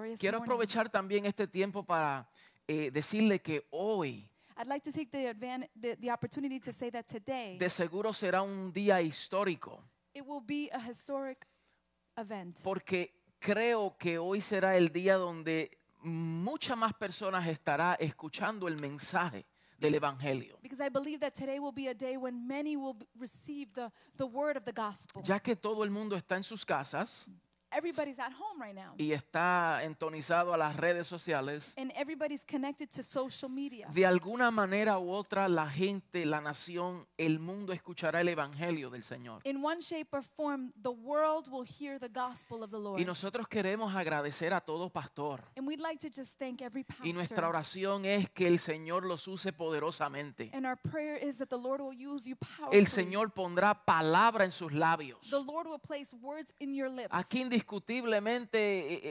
glorious Quiero morning. aprovechar también este tiempo para eh, decirle que hoy I'd like to take the, advan- the, the opportunity to say that today de seguro será un día histórico, it will be a historic event porque creo que hoy será el día donde muchas más personas estará escuchando el mensaje del Evangelio, because I believe that today will be a day when many will b- receive the, the word of the gospel. ya que todo el mundo está en sus casas Everybody's at home right now y está entonizado a las redes sociales. and everybody's connected to social media. De alguna manera u otra, la gente, la nación, el mundo escuchará el Evangelio del Señor. In one shape or form, the world will hear the gospel of the Y Lord. nosotros queremos agradecer a todo pastor. And we'd like to just thank every Y nuestra pastor. oración es que el Señor los use poderosamente. And our prayer is that the Lord will use you powerfully. El Señor pondrá palabra en sus labios. The Lord will place words in your lips. Aquí indiscutiblemente,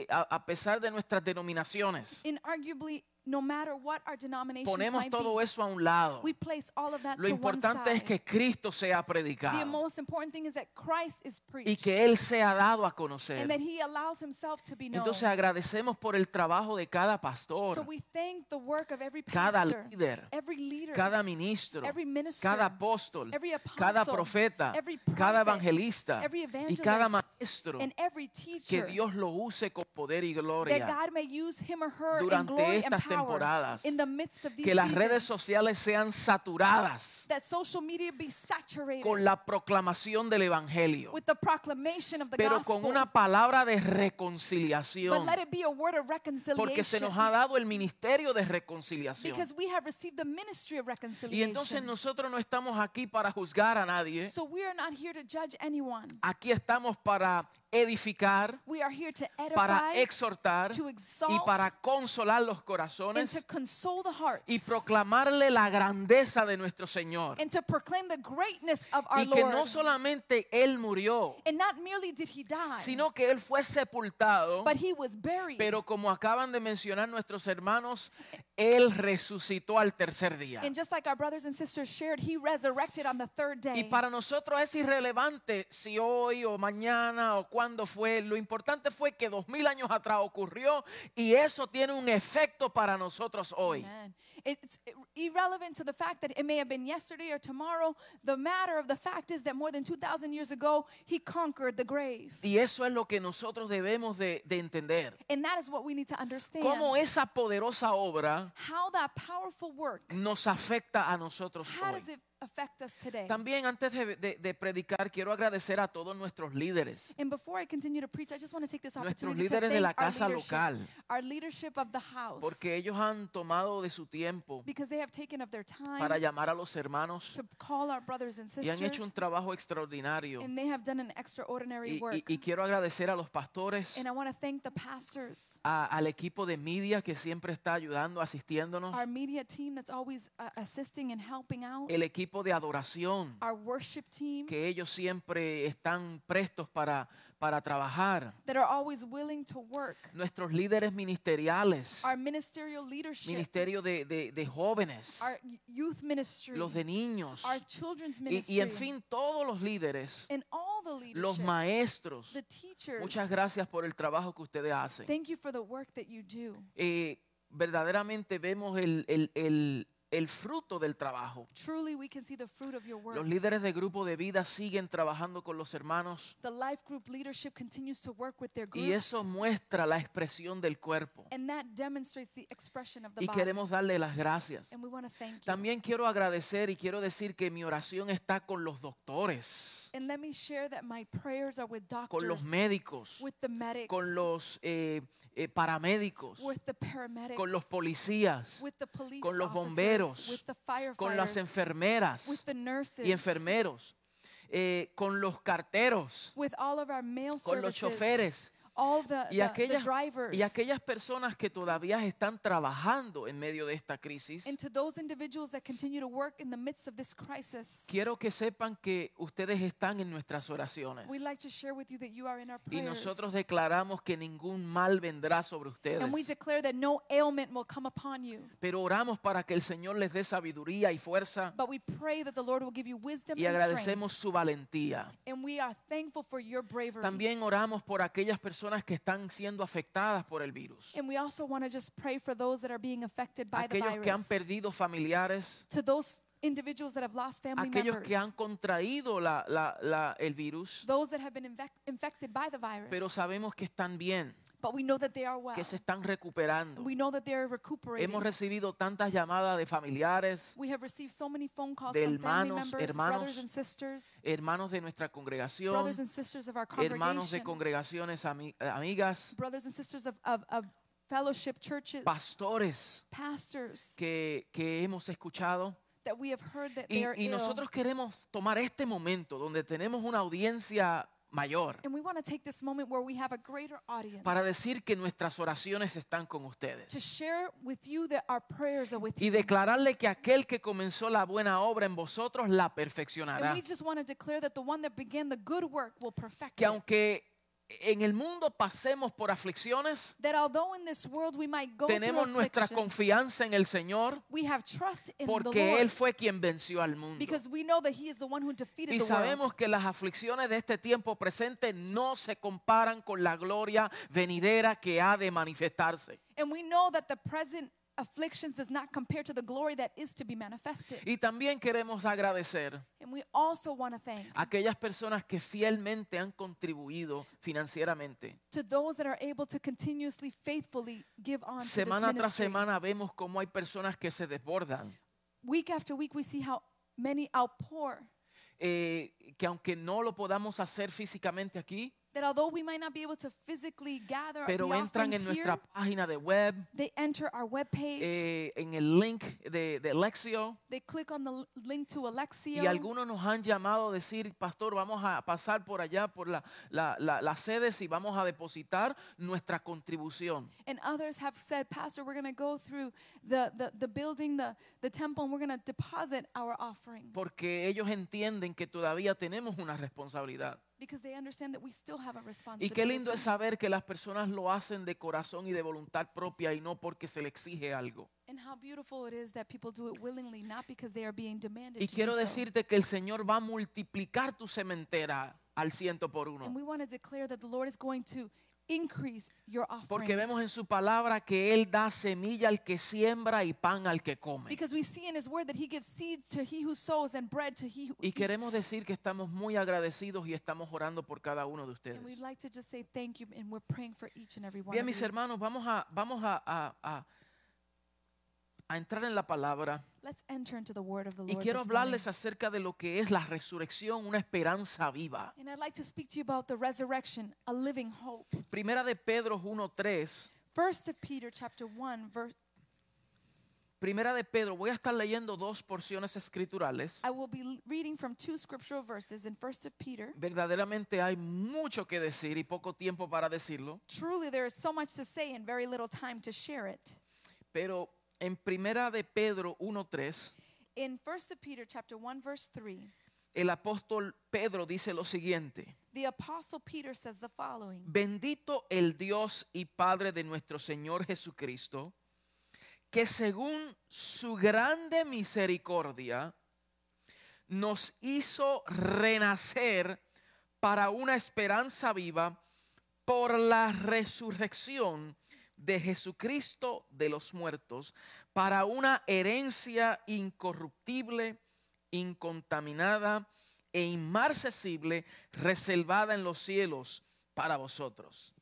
eh, eh, a, a pesar de nuestras denominaciones, Inarguably, no matter what our denominations ponemos might todo be, eso a un lado. we place all of that Lo to one importante es side. que Cristo sea the predicado most important thing is that Christ is y preached que Él sea dado a conocer. and that he allows himself to be known. Entonces agradecemos por el trabajo de cada so pastor, we thank the work of every cada pastor, líder, every leader, cada ministro, every minister, cada apóstol, every cada apostle, profeta, every cada prophet, evangelista every y cada evangelist, maestro. and every Que teacher. Dios lo use con poder y that gloria. God may use him or her in durante glory and estas power temporadas. in the midst of these Que las redes seasons. sociales sean saturadas that social media be saturated con la proclamación del Evangelio, with the proclamation of the pero gospel con una palabra de but reconciliación, let it be a word of porque se reconciliation nos ha dado el ministerio de reconciliación. because we have received the ministry of Y reconciliation entonces nosotros no estamos aquí para juzgar a nadie. so we are not here to judge anyone Aquí estamos para edificar, we are here to para edify exhortar to y exalt, para consolar los and to corazones console the hearts y proclamarle la grandeza de nuestro Señor. and to proclaim the greatness of our Y que Lord no solamente Él murió, and not merely did he die sino que Él fue sepultado, but he was buried pero como acaban de mencionar nuestros hermanos, Él resucitó al tercer día. And just like our brothers and sisters shared, he resurrected on the third Y day. para nosotros es irrelevante si hoy o mañana o cuándo fue. Lo importante fue que dos mil años atrás ocurrió y eso tiene un efecto para nosotros hoy. Amen. It's irrelevant to the fact that it may have been yesterday or tomorrow. The matter of the fact is that more than 2,000 years ago, he conquered the grave. Y eso es lo que nosotros debemos de, de entender. And that is what we need to understand. Cómo esa poderosa obra How that powerful work, nos afecta a nosotros how hoy. does it affect us today? También antes de, de- de predicar, quiero agradecer a todos nuestros líderes, And before I continue to preach, I just want to take this nuestros opportunity to líderes thank de la our casa leadership, local, our leadership of the house, porque ellos han tomado de su tiempo because they have taken up their time para llamar a los hermanos to call our brothers and y sisters, han hecho un trabajo extraordinario. and they have done an extraordinary Y, y- work. y quiero agradecer a los pastores, And I want to thank the pastors, a- al equipo de media que siempre está ayudando, asistiéndonos, our media team that's always uh, assisting and helping out, el equipo de adoración, our worship team que ellos siempre están prestos para, para trabajar, that are always willing to work, nuestros líderes ministeriales, our ministerial leadership, ministerio de, de- de jóvenes, our y- youth ministry, los de niños our children's y- ministry, y, en fin todos los líderes, and all the los leadership, maestros. the teachers. Muchas gracias por el trabajo que ustedes hacen. Thank you for the work that you do. Eh, verdaderamente vemos el, el- el- el fruto del trabajo. Truly, we can see the fruit of your work. Los líderes de grupo de vida siguen trabajando con los hermanos The life group leadership continues to work with their groups, y eso muestra la expresión del cuerpo. and that demonstrates the expression of the Y body. queremos darle las gracias. And we want to thank you. También quiero agradecer y quiero decir que mi oración está con los doctores, And let me share that my prayers are with doctors, con los médicos, with the medics, con los eh, eh, paramédicos, with the paramedics, con los policías, with the police con los officers, bomberos, with the firefighters, con las enfermeras with the nurses, y enfermeros, eh, con los carteros with all of our mail con los services, choferes all the, y the- the aquellas, drivers, y aquellas personas que todavía están trabajando en medio de esta crisis. and to those individuals that continue to work in the midst of this crisis. Quiero que sepan que ustedes están en nuestras oraciones We'd like to share with you that you are in our y prayers. nosotros declaramos que ningún mal vendrá sobre and we ustedes. declare that no ailment will come upon you. Pero oramos para que el Señor les dé sabiduría y fuerza But we pray that the Lord will give you wisdom y and strength. agradecemos su valentía. And we are thankful for your bravery. También oramos por aquellas personas que están siendo afectadas por el virus. And we also want to just pray for those that are being affected by the Aquellos virus. que han perdido familiares, to those individuals that have lost family aquellos members. que han contraído la- la- la- el virus, those that have been infec- infected by the virus. pero sabemos que están bien, but we know that they are well. que se están recuperando. Ah. We know that they are recuperating. Hemos recibido tantas llamadas de familiares, we have received so many phone calls de from family hermanos, members, brothers hermanos, and sisters, hermanos de nuestra congregación, brothers and sisters of our hermanos de congregation, congregaciones ami- eh, amigas, brothers and sisters of, of, of fellowship churches, pastores pastors que, que hemos escuchado. that we have heard that Y, they are y ill. nosotros queremos tomar este momento donde tenemos una audiencia mayor and we want to take this moment where we have a greater audience para decir que nuestras oraciones están con ustedes. to share with you that our prayers are with Y you. declararle que aquel que comenzó la buena obra en vosotros la And perfeccionará. we just want to declare that the one that began the good work will perfect Que it. aunque en el mundo pasemos por aflicciones, That although in this world we might go tenemos through nuestra affliction, confianza en el Señor we have trust in the porque Lord Él fue quien venció al mundo. because we know that He is the one who defeated Y the world. sabemos que las aflicciones de este tiempo presente no se comparan con la gloria venidera que ha de manifestarse. And we know that the present afflictions does not compare to the glory that is to be manifested. Y también queremos agradecer And we also want to thank a aquellas personas que fielmente han contribuido financieramente. to those that are able to continuously, faithfully give on to this Semana tras ministry. semana vemos cómo hay personas que se desbordan, Week after week, we see how many outpour. eh, que aunque no lo podamos hacer físicamente aquí, That although we might not be able to physically gather pero the entran en offerings nuestra here, página de web, they enter our webpage. eh, en el link de, de Lexio, They click on the l- link to Alexio. y algunos nos han llamado a decir, pastor, vamos a pasar por allá, por la, la, la- las sedes y vamos a depositar nuestra contribución. And others have said, Pastor, we're going to go through the, the, the building, the, the temple, and we're going to deposit our offering porque ellos entienden que todavía tenemos una responsabilidad. because they understand that we still have a Y responsibility. qué lindo es saber que las personas lo hacen de corazón y de voluntad propia y no porque se le exige algo. And how beautiful it is that people do it willingly, not because they are being demanded Y to do quiero so. decirte que el Señor va a multiplicar tu cementera al ciento por And uno. we want to declare that the Lord is going to increase your offerings. Porque vemos en su palabra que Él da semilla al que siembra y pan al que come. because we see in His Word that He gives seeds to he who sows and bread to he who Y queremos eats. decir que estamos muy agradecidos y estamos orando por cada uno de And we'd ustedes. like to just say thank you, and we're praying for each and every one Bien, of mis you. hermanos, vamos a, vamos a, a- a- a entrar en la palabra. Let's enter into the Word of the Y Lord. quiero this morning. hablarles acerca de lo que es la resurrección, una esperanza viva. And I'd like to speak to you about the resurrection, a living hope. Primera de Pedro 1.3. First of Peter chapter 1 verse Primera de Pedro, voy a estar leyendo dos porciones escriturales. I will be l- reading from two scriptural verses in First of Peter. Verdaderamente hay mucho que decir y poco tiempo para decirlo, Truly there is so much to say and very little time to share it. pero en Primera de Pedro 1.3, In First of Peter chapter 1 verse 3, el apóstol Pedro dice lo siguiente, the apostle Peter says the following. bendito el Dios y Padre de nuestro Señor Jesucristo, que según su grande misericordia nos hizo renacer para una esperanza viva por la resurrección de Jesucristo de los muertos, para una herencia incorruptible, incontaminada e inmarcesible, reservada en los cielos para vosotros.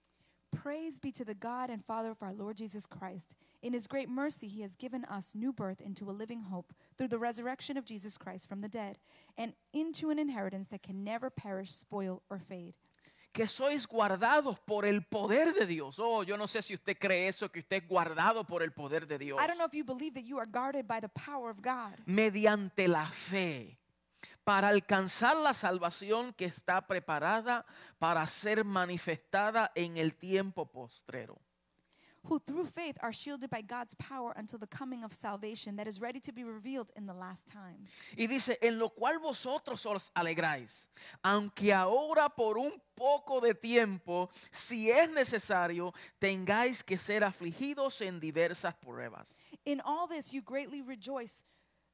Praise be to the God and Father of our Lord Jesus Christ. In his great mercy, he has given us new birth into a living hope through the resurrection of Jesus Christ from the dead and into an inheritance that can never perish, spoil, or fade. que sois guardados por el poder de Dios. Oh, yo no sé si usted cree eso, que usted es guardado por el poder de Dios. I don't know if you believe that you are guarded by the power of God Mediante la fe, para alcanzar la salvación que está preparada para ser manifestada en el tiempo postrero. who through faith are shielded by God's power until the coming of salvation that is ready to be revealed in the last times. Y dice, en lo cual vosotros os alegráis, aunque ahora por un poco de tiempo, si es necesario, tengáis que ser afligidos en diversas pruebas. In all this you greatly rejoice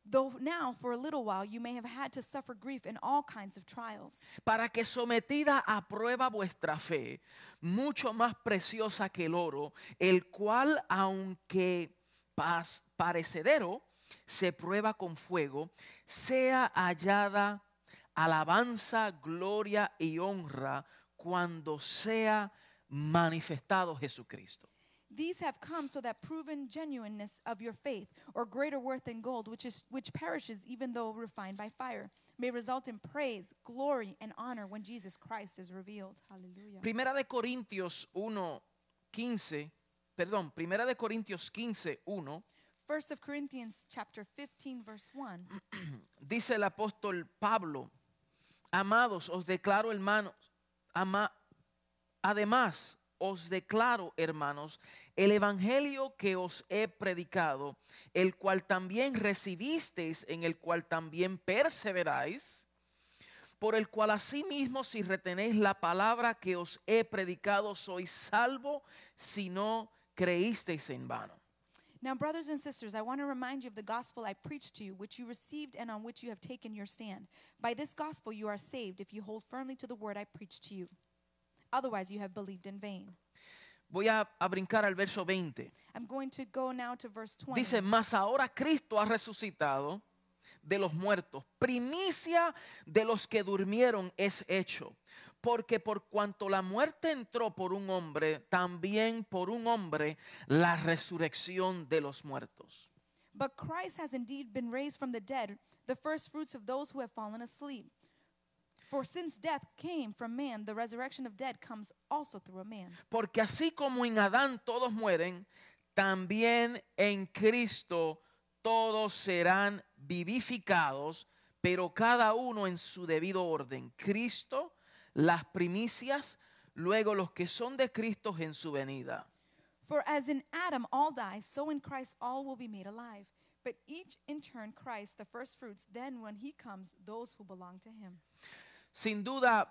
Though now, for a little while, you may have had to suffer grief in all kinds of trials, para que sometida a prueba vuestra fe, mucho más preciosa que el oro, el cual, aunque pas- parecedero, se prueba con fuego, sea hallada alabanza, gloria y honra cuando sea manifestado Jesucristo. these have come so that proven genuineness of your faith, or greater worth than gold, which, is, which perishes even though refined by fire, may result in praise, glory, and honor when Jesus Christ is revealed. Hallelujah. Primera de Corintios 1, 15, perdón, Primera de Corintios 15, 1, First of Corinthians chapter 15, verse 1. dice el apóstol Pablo, amados, os declaro hermanos, ama- además os declaro hermanos, el evangelio que os he predicado, el cual también recibisteis, en el cual también perseveráis, por el cual asimismo si retenéis la palabra que os he predicado, sois salvo si no creísteis en vano. Now, brothers and sisters, I want to remind you of the gospel I preached to you, which you received and on which you have taken your stand. By this gospel you are saved if you hold firmly to the word I preached to you. Otherwise, you have believed in vain. Voy a- a brincar al verso 20. I'm going to go now to verse 20. Dice, mas ahora Cristo ha resucitado de los muertos. Primicia de los que durmieron es hecho. Porque por cuanto la muerte entró por un hombre, también por un hombre la resurrección de los muertos. But Christ has indeed been raised from the dead, the first fruits of those who have fallen asleep. For since death came from man, the resurrection of dead comes also through a man. Porque así como en Adán todos mueren, también en Cristo todos serán vivificados, pero cada uno en su debido orden. Cristo, las primicias, luego los que son de Cristo en su venida. For as in Adam all die, so in Christ all will be made alive. But each in turn, Christ, the first fruits, then when he comes, those who belong to him. Sin duda,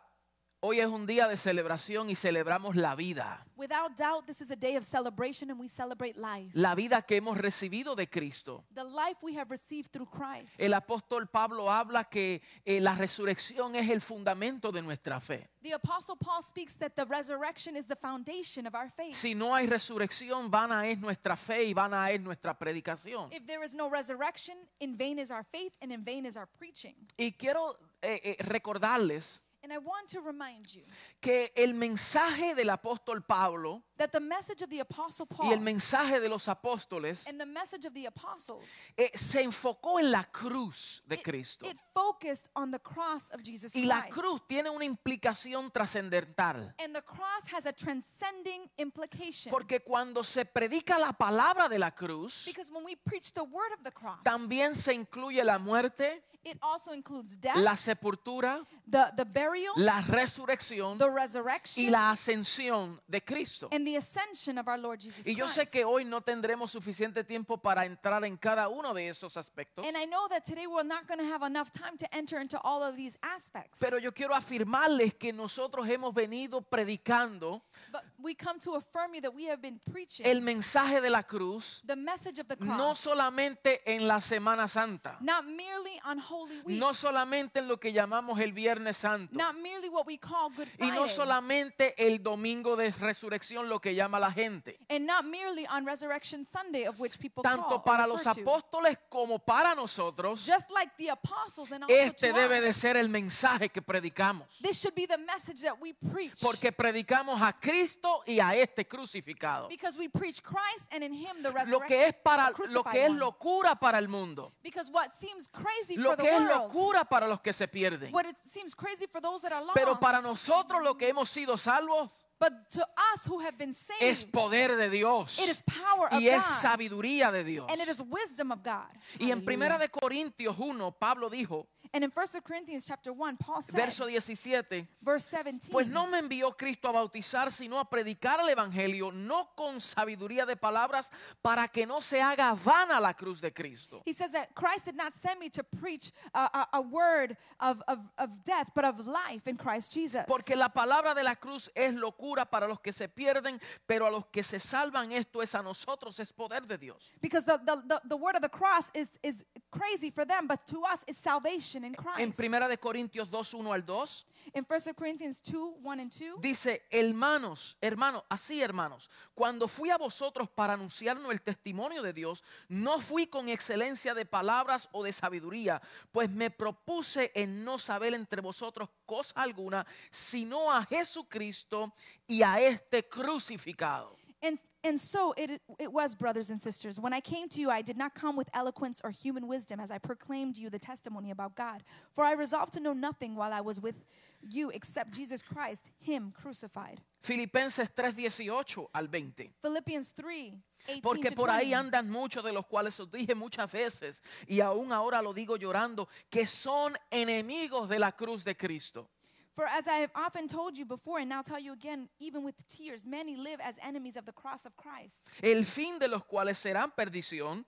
hoy es un día de celebración y celebramos la vida, Without doubt, this is a day of celebration and we celebrate life. la vida que hemos recibido de Cristo. The life we have received through Christ. El apóstol Pablo habla que eh, la resurrección es el fundamento de nuestra fe. The Apostle Paul speaks that the resurrection is the foundation of our faith. Si no hay resurrección, vana es nuestra fe y vana es nuestra predicación. If there is no resurrection, in vain is our faith and in vain is our preaching. Y quiero eh, eh, recordarles And I want to remind you que el mensaje del apóstol Pablo that the message of the Apostle y Paul el mensaje de los apóstoles and the message of the apostles eh, se enfocó en la cruz de It- Cristo. It, focused on the cross of Jesus Y la Christ. cruz tiene una implicación trascendental. And the cross has a transcending implication. Porque cuando se predica la palabra de la cruz, because when we preach the word of the cross, también se incluye la muerte, it also includes death, la sepultura, the, the burial, la resurrección the resurrection, y la ascensión de Cristo. and the ascension of our Lord Jesus Y yo sé Christ. que hoy no tendremos suficiente tiempo para entrar en cada uno de esos aspectos, and I know that today we're not going to have enough time to enter into all of these aspects. pero yo quiero afirmarles que nosotros hemos venido predicando but we come to affirm you that we have been preaching el mensaje de la cruz, the message of the no cross, solamente en la Semana Santa, not merely on Holy Week, no solamente en lo que llamamos el Viernes Santo. not merely what we call Good Y Friday. no solamente el domingo de resurrección, lo que llama la gente. And not merely on Resurrection Sunday, of which people call Tanto or para los refer to. apóstoles como para nosotros, Just like the apostles and also este to debe de us. ser el mensaje que predicamos. This should be the message that we preach. Porque predicamos a Cristo y a este crucificado. because we preach Christ and in Him the Lo que es resurrection. para lo que es locura para el mundo. Because what seems crazy Lo for the que es world, locura para los que se pierden. what it seems crazy for those that are lost, Pero para nosotros lo que hemos sido salvos but to us who have been es saved, poder de Dios it is power of y es God sabiduría de Dios. and it is wisdom of God. Y en Primera Hallelujah. de Corintios 1 Pablo dijo, and in 1 Corinthians chapter 1, Paul said, verso 17, verse 17, Pues no me envió Cristo a bautizar, sino a predicar el Evangelio, no con sabiduría de palabras, para que no se haga vana la cruz de Cristo. He says that Christ did not send me to preach a, a- a word of, of, of death, but of life in Christ Jesus. Porque la palabra de la cruz es locura para los que se pierden, pero a los que se salvan esto es a nosotros, es poder de Dios. Because the, the, the, the word of the cross is, is crazy for them, but to us it's salvation in En Christ. primera de Corintios 2, 1 al 2, In 1 Corinthians 2 1 and 2, dice, hermanos, hermanos, así hermanos, cuando fui a vosotros para anunciarnos el testimonio de Dios, no fui con excelencia de palabras o de sabiduría, pues me propuse en no saber entre vosotros cosa alguna, sino a Jesucristo y a este crucificado. And, and so it, it was, brothers and sisters. When I came to you, I did not come with eloquence or human wisdom as I proclaimed you the testimony about God. For I resolved to know nothing while I was with you except Jesus Christ, Him crucified. Filipenses 3:18 al 20. Philippians 3 18 Porque to por ahí 20. andan muchos de los cuales os dije muchas veces, y aún ahora lo digo llorando, que son enemigos de la cruz de Cristo. For as I have often told you before and now tell you again, even with tears, many live as enemies of the cross of Christ. El fin de los cuales serán perdición,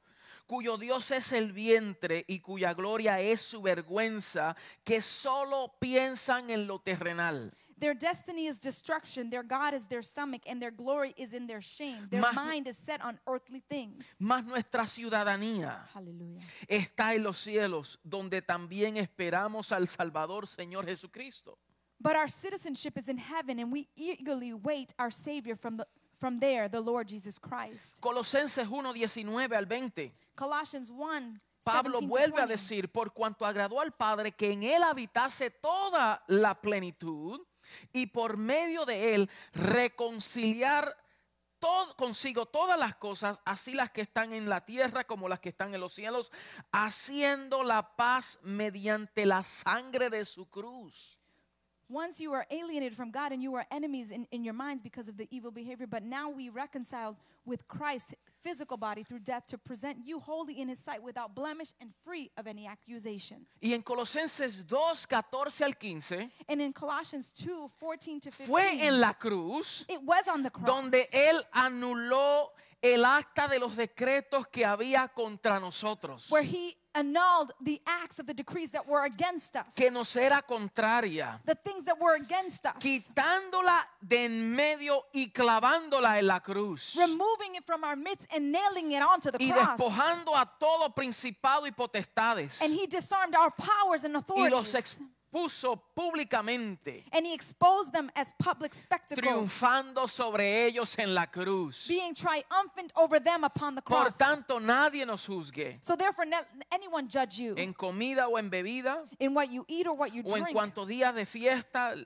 cuyo Dios es el vientre y cuya gloria es su vergüenza, que solo piensan en lo terrenal. Their destiny is destruction, their God is their stomach, and their glory is in their shame. Their Mas- mind is set on earthly things. Mas nuestra ciudadanía Hallelujah. está en los cielos, donde también esperamos al Salvador, Señor Jesucristo. But our citizenship is in heaven, and we eagerly wait our Savior from, the, from there, the Lord Jesus Christ. Colosenses 1, 19 al 20. Colossians 1 Pablo 17 to vuelve 20. a decir, por cuanto agradó al Padre que en él habitase toda la plenitud y por medio de él reconciliar to- consigo todas las cosas, así las que están en la tierra como las que están en los cielos, haciendo la paz mediante la sangre de su cruz. Once you were alienated from God and you were enemies in, in your minds because of the evil behavior, but now we reconciled with Christ's physical body through death to present you holy in his sight without blemish and free of any accusation. Y en Colosenses 2, 14 al 15, And in Colossians 2 14 to 15, fue en la cruz it was on the cross. donde él anuló el acta de los decretos que había contra nosotros, where he annulled the acts of the decrees that were against us. que nos era contraria, the things that were against us, quitándola de en medio y clavándola en la cruz. removing it from our midst and nailing it onto the Y cross. despojando a todo principado y potestades. And he disarmed our powers and Y los authorities. expuso públicamente, and he exposed them as public spectacles, triunfando sobre ellos en la cruz. being triumphant over them upon the Por cross. tanto, nadie nos juzgue so therefore, let anyone judge you en comida o en bebida, in what you eat or what you o en drink cuanto días de fiesta,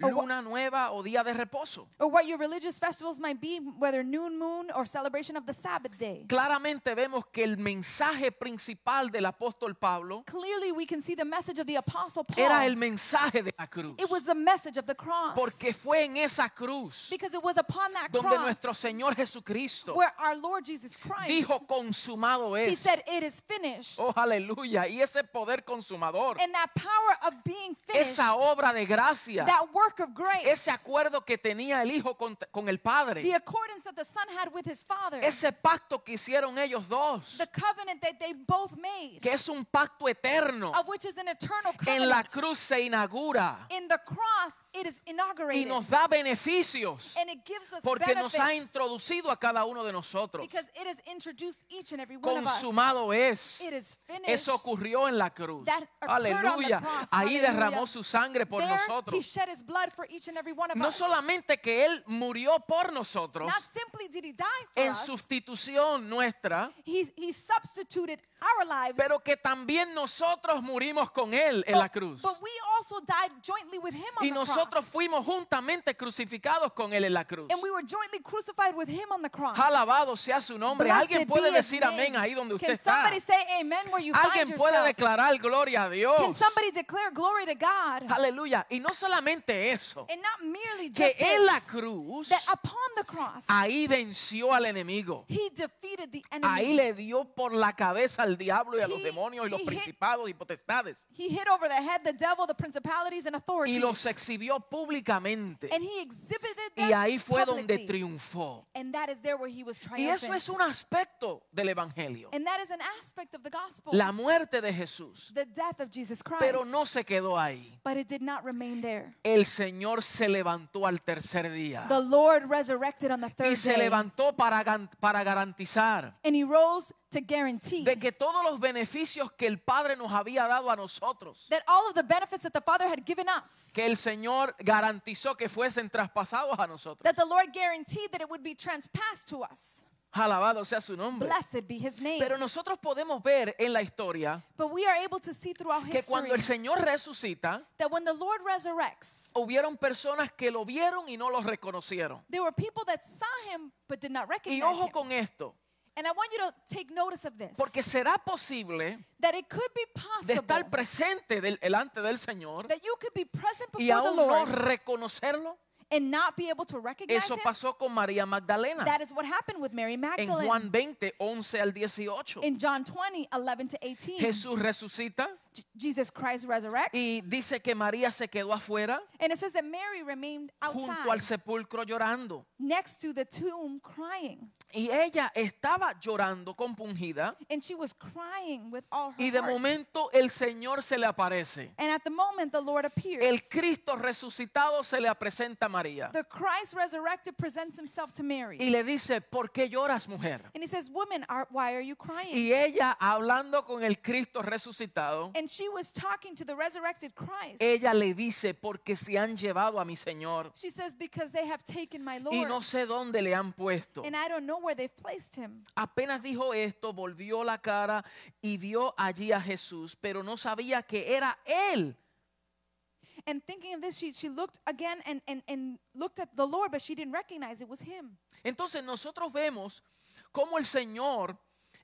O gua- luna nueva o día de reposo. or what your religious festivals might be, whether noon, moon, or celebration of the Sabbath day. Claramente vemos que el mensaje principal del apóstol Pablo Clearly, we can see the message of the Apostle Paul. era el mensaje de la cruz, it was the message of the cross. porque fue en esa cruz because it was upon that donde cross nuestro Señor Jesucristo where our Lord Jesus Christ dijo consumado He es. said it is finished. Oh, aleluya, y ese poder consumador, And that power of being finished, esa obra de gracia, that work of grace, ese acuerdo que tenía el Hijo con, con el the Padre, accordance that the Son had with his Father, ese pacto que hicieron ellos dos, the covenant that they both made, que es un pacto eterno. of which is an eternal en la covenant. cruz se inaugura In the cross, it is y inaugurated. nos da beneficios and it gives us porque nos ha benefits introducido a cada uno de nosotros. because it has introduced each and every one of us. Consumado es. It is finished. Eso ocurrió en la cruz. That occurred on the Aleluya. cross. Ahí Aleluya. derramó su sangre por there, he nosotros. shed his blood for each and every one of No us. solamente que Él murió por nosotros Not simply did he die for en us, sustitución nuestra, he, he substituted our lives pero que también nosotros murimos con Él en But- la cruz. But we also died jointly with him on Y the nosotros cross. fuimos juntamente crucificados con Él en la cruz. And we were jointly crucified with him on the cross. Alabado sea su nombre. Blessed Alguien be puede his decir name. amén ahí donde usted Can está. somebody say amen where you find Alguien puede yourself? declarar gloria a Dios. Can somebody declare glory to God? Aleluya. Y no solamente eso, And not merely que just en la this, cruz that upon the cross ahí venció al enemigo. he defeated the Ahí enemy. le dio por la cabeza al diablo y a los He- demonios y los he hit- principados y potestades. He hit over the head the devil, the principalities and authorities. Y los exhibió mostró públicamente. And he exhibited them Y ahí fue donde publicly. triunfó. And that is there where he was Y triumphant. eso es un aspecto del Evangelio. And that is an aspect of the gospel. La muerte de Jesús. the death of Jesus Christ. Pero no se quedó ahí. but it did not remain there. El Señor se levantó al tercer día. The Lord resurrected on the Ah. Y third se day. levantó para, gan- para garantizar And he rose to guarantee de que todos los beneficios que el Padre nos había dado a nosotros, that all of the benefits that the Father had given us, que el Señor garantizó que fuesen traspasados a nosotros. that the Lord guaranteed that it would be transpassed to us. Alabado sea su nombre. Blessed be his name. Pero nosotros podemos ver en la historia but we are able to see throughout que history cuando el Señor resucita, that when the Lord resurrects, hubieron personas que lo vieron y no lo reconocieron. there were people that saw him but did not Y recognize ojo him. con esto, And I want you to take notice of this. porque será posible that it could be de possible estar presente del- delante del Señor that you could be present before y the aún no Lord reconocerlo. and not be able to recognize Eso him. pasó con María Magdalena That is what happened with Mary en Magdalene Juan 20, 11 al 18. in John 20, 11 to 18. Jesús resucita J- Jesus Christ resurrects. y dice que María se quedó afuera and it says that Mary remained junto al outside sepulcro llorando. next to the tomb crying. Y ella estaba llorando compungida And she was crying with all her y de heart. momento el Señor se le aparece. and at the moment the Lord appears. El Cristo resucitado se le presenta a María the Christ resurrected presents himself to Mary. y le dice, ¿por qué lloras mujer? and he says, Woman, are, why are you crying? Y ella hablando con el Cristo resucitado, and she was talking to the resurrected Christ. ella le dice, porque se han llevado a mi Señor She says, Because they have taken my Lord, y no sé dónde le han puesto. and I don't know where they've placed him. Apenas dijo esto, volvió la cara y vio allí a Jesús, pero no sabía que era él. And thinking of this, she, she looked again and, and, and looked at the Lord, but she didn't recognize it was him. Entonces nosotros vemos cómo el Señor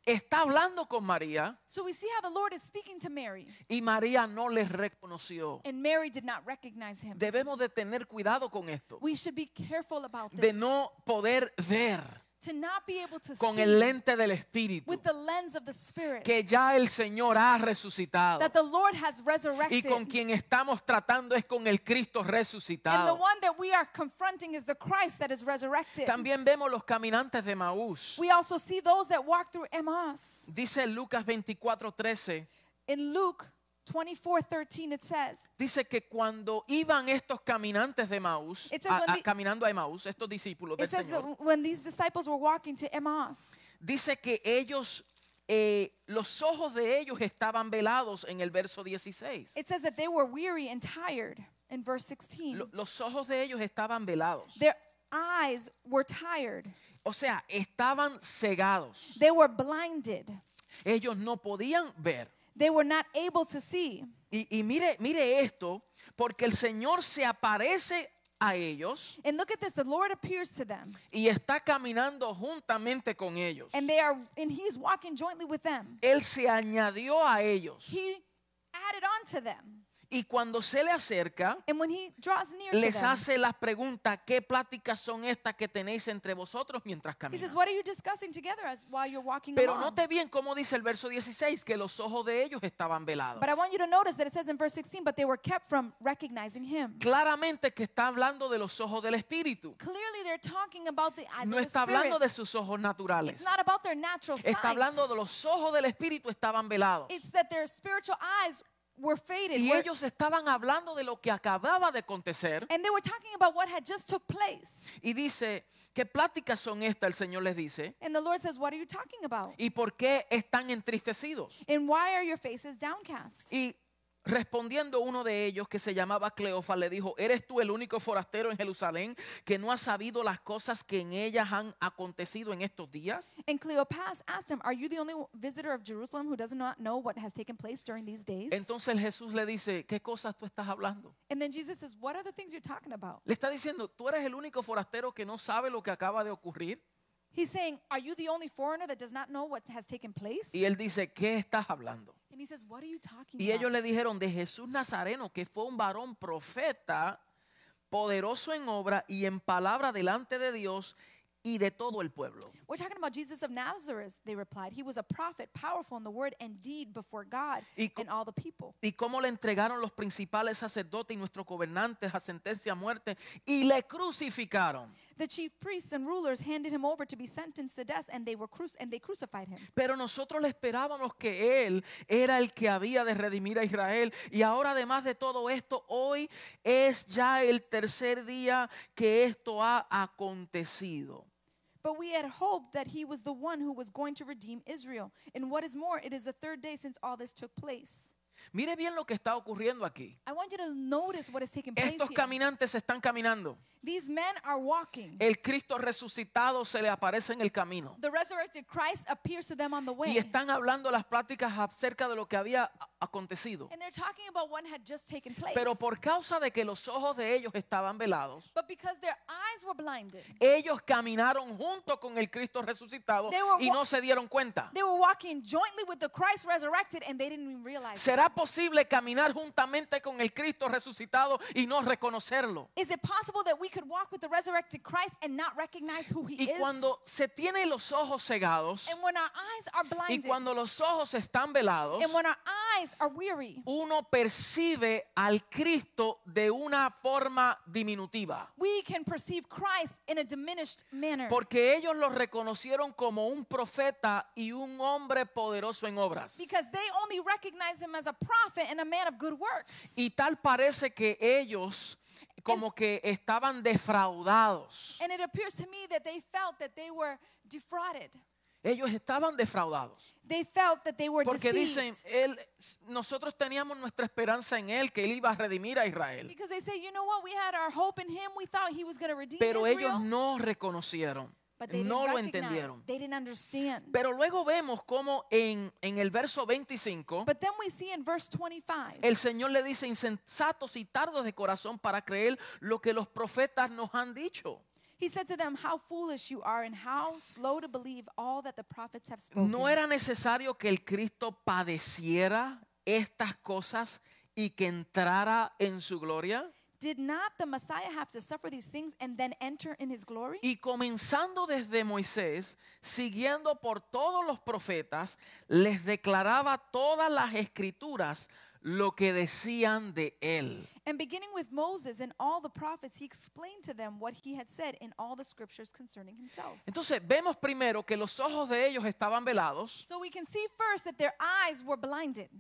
está hablando con María So we see how the Lord is speaking to Mary, y María no le reconoció. and Mary did not recognize him. Debemos de tener cuidado con esto, We should be careful about this. de no poder ver to not be able to con see el lente del Espíritu with the lens of the Spirit que ya el Señor ha resucitado that the Lord has y resurrected. con quien estamos tratando es con el Cristo and the resucitado. one that we are confronting is the Christ that is resurrected. También vemos los caminantes de Maús. we also see those that walk through Emmaus. Dice Lucas 24:13, In Luke 24 13, it says, dice que cuando iban estos caminantes de Maús, It says when the- caminando a Maús, estos discípulos del It says that Señor, when these disciples were walking to Emmaus, dice que ellos, eh, los ojos de ellos estaban velados en el verso 16. it says that they were weary and tired in verse 16. Lo- los ojos de ellos estaban velados. Their eyes were tired, O sea, estaban cegados. they were blinded, Ellos no podían ver. they were not able to see. Y, y mire, mire esto, porque el Señor se aparece a ellos And look at this the Lord appears to them, y está caminando juntamente con ellos. and they are, and He's walking jointly with them. Él se añadió a ellos He added on to them, y cuando se le acerca, and when He draws near to les them, hace las preguntas, ¿qué pláticas son estas que tenéis entre vosotros mientras He says, camináis? What are you discussing together as while you're walking Pero along? note bien cómo dice el verso 16, que los ojos de ellos estaban velados. but I want you to notice that it says in verse 16, but they were kept from recognizing him. Claramente que está hablando de los ojos del Espíritu. Clearly, they're talking about the eyes No of the está Spirit. hablando de sus ojos naturales. It's not about their natural sight. Está hablando de los ojos del Espíritu estaban velados. It's that their spiritual eyes were faded. Y were- ellos estaban hablando de lo que acababa de acontecer. and they were talking about what had just took place. Y dice, ¿qué pláticas son estas? El Señor les dice. And the Lord says, What are you talking about? ¿Y por qué están entristecidos? And why are your faces downcast? Y respondiendo uno de ellos, que se llamaba Cleofa, le dijo, ¿eres tú el único forastero en Jerusalén que no ha sabido las cosas que en ellas han acontecido en estos días? And Cleopas asked him, Are you the only visitor of Jerusalem who does not know what has taken place during these days? Entonces Jesús le dice, ¿qué cosas tú estás hablando? and then Jesus says, What are the things you're talking about? Le está diciendo, ¿tú eres el único forastero que no sabe lo que acaba de ocurrir? He's saying, Are you the only foreigner that does not know what has taken place? Y él dice, ¿qué estás hablando? and he says, What are you talking Y ellos about? le dijeron de Jesús Nazareno, que fue un varón profeta, poderoso en obra y en palabra delante de Dios y de todo el pueblo. We're talking about Jesus of Nazareth, they replied. He was a prophet, powerful in the word and deed before God Y co- and all the people. y cómo le entregaron los principales sacerdotes y nuestros gobernantes a sentencia a muerte y le crucificaron. The chief priests and rulers handed him over to be sentenced to death and they were cruci- and they crucified him. Pero nosotros le esperábamos que Él era el que había de redimir a Israel. Y ahora además de todo esto, hoy es ya el tercer día que esto ha acontecido. But we had hoped that he was the one who was going to redeem Israel. And what is more, it is the third day since all this took place. Mire bien lo que está ocurriendo aquí. I want you to notice what is taking place Estos here. caminantes están caminando. These men are walking. El Cristo resucitado se le aparece en el camino. The resurrected Christ appears to them on the Y way. están hablando las pláticas acerca de lo que había a- acontecido. And they're talking about what had just taken place. Pero por causa de que los ojos de ellos estaban velados, But because their eyes were blinded, ellos caminaron junto con el Cristo resucitado They were y wa- no se dieron cuenta. they were walking jointly with the Christ resurrected and they didn't even realize it. ¿Será posible caminar juntamente con el Cristo resucitado y no reconocerlo? Is it possible that we could walk with the resurrected Christ and not recognize who he Y is? cuando se tiene los ojos cegados and when our eyes are y blinded, cuando los ojos están velados, and when our eyes are weary, uno percibe al Cristo de una forma diminutiva. we can perceive Christ in a diminished manner. Porque ellos lo reconocieron como un profeta y un hombre poderoso en obras. because they only recognize him as a prophet and a man of good works. Y tal parece que ellos como que estaban defraudados. And it appears to me that they felt that they were defrauded. Ellos estaban defraudados. They felt that they were Porque deceived. dicen, él, nosotros teníamos nuestra esperanza en él, que él iba a redimir a Israel. because they say, you know what, we had our hope in him. We thought he was going to redeem Pero Israel. ellos no reconocieron, but they no didn't lo recognize. entendieron. They didn't understand. Pero luego vemos como en, en el verso 25, but then we see in verse 25, el Señor le dice, insensatos y tardos de corazón para creer lo que los profetas nos han dicho. he said to them, How foolish you are, and how slow to believe all that the prophets have spoken. ¿No era necesario que el Cristo padeciera estas cosas y que entrara en su gloria? Did not the Messiah have to suffer these things and then enter in his glory? Y comenzando desde Moisés, siguiendo por todos los profetas, les declaraba todas las escrituras lo que decían de él. And beginning with Moses and all the prophets, he explained to them what he had said in all the scriptures concerning himself. Entonces vemos primero que los ojos de ellos estaban velados So we can see first that their eyes were blinded,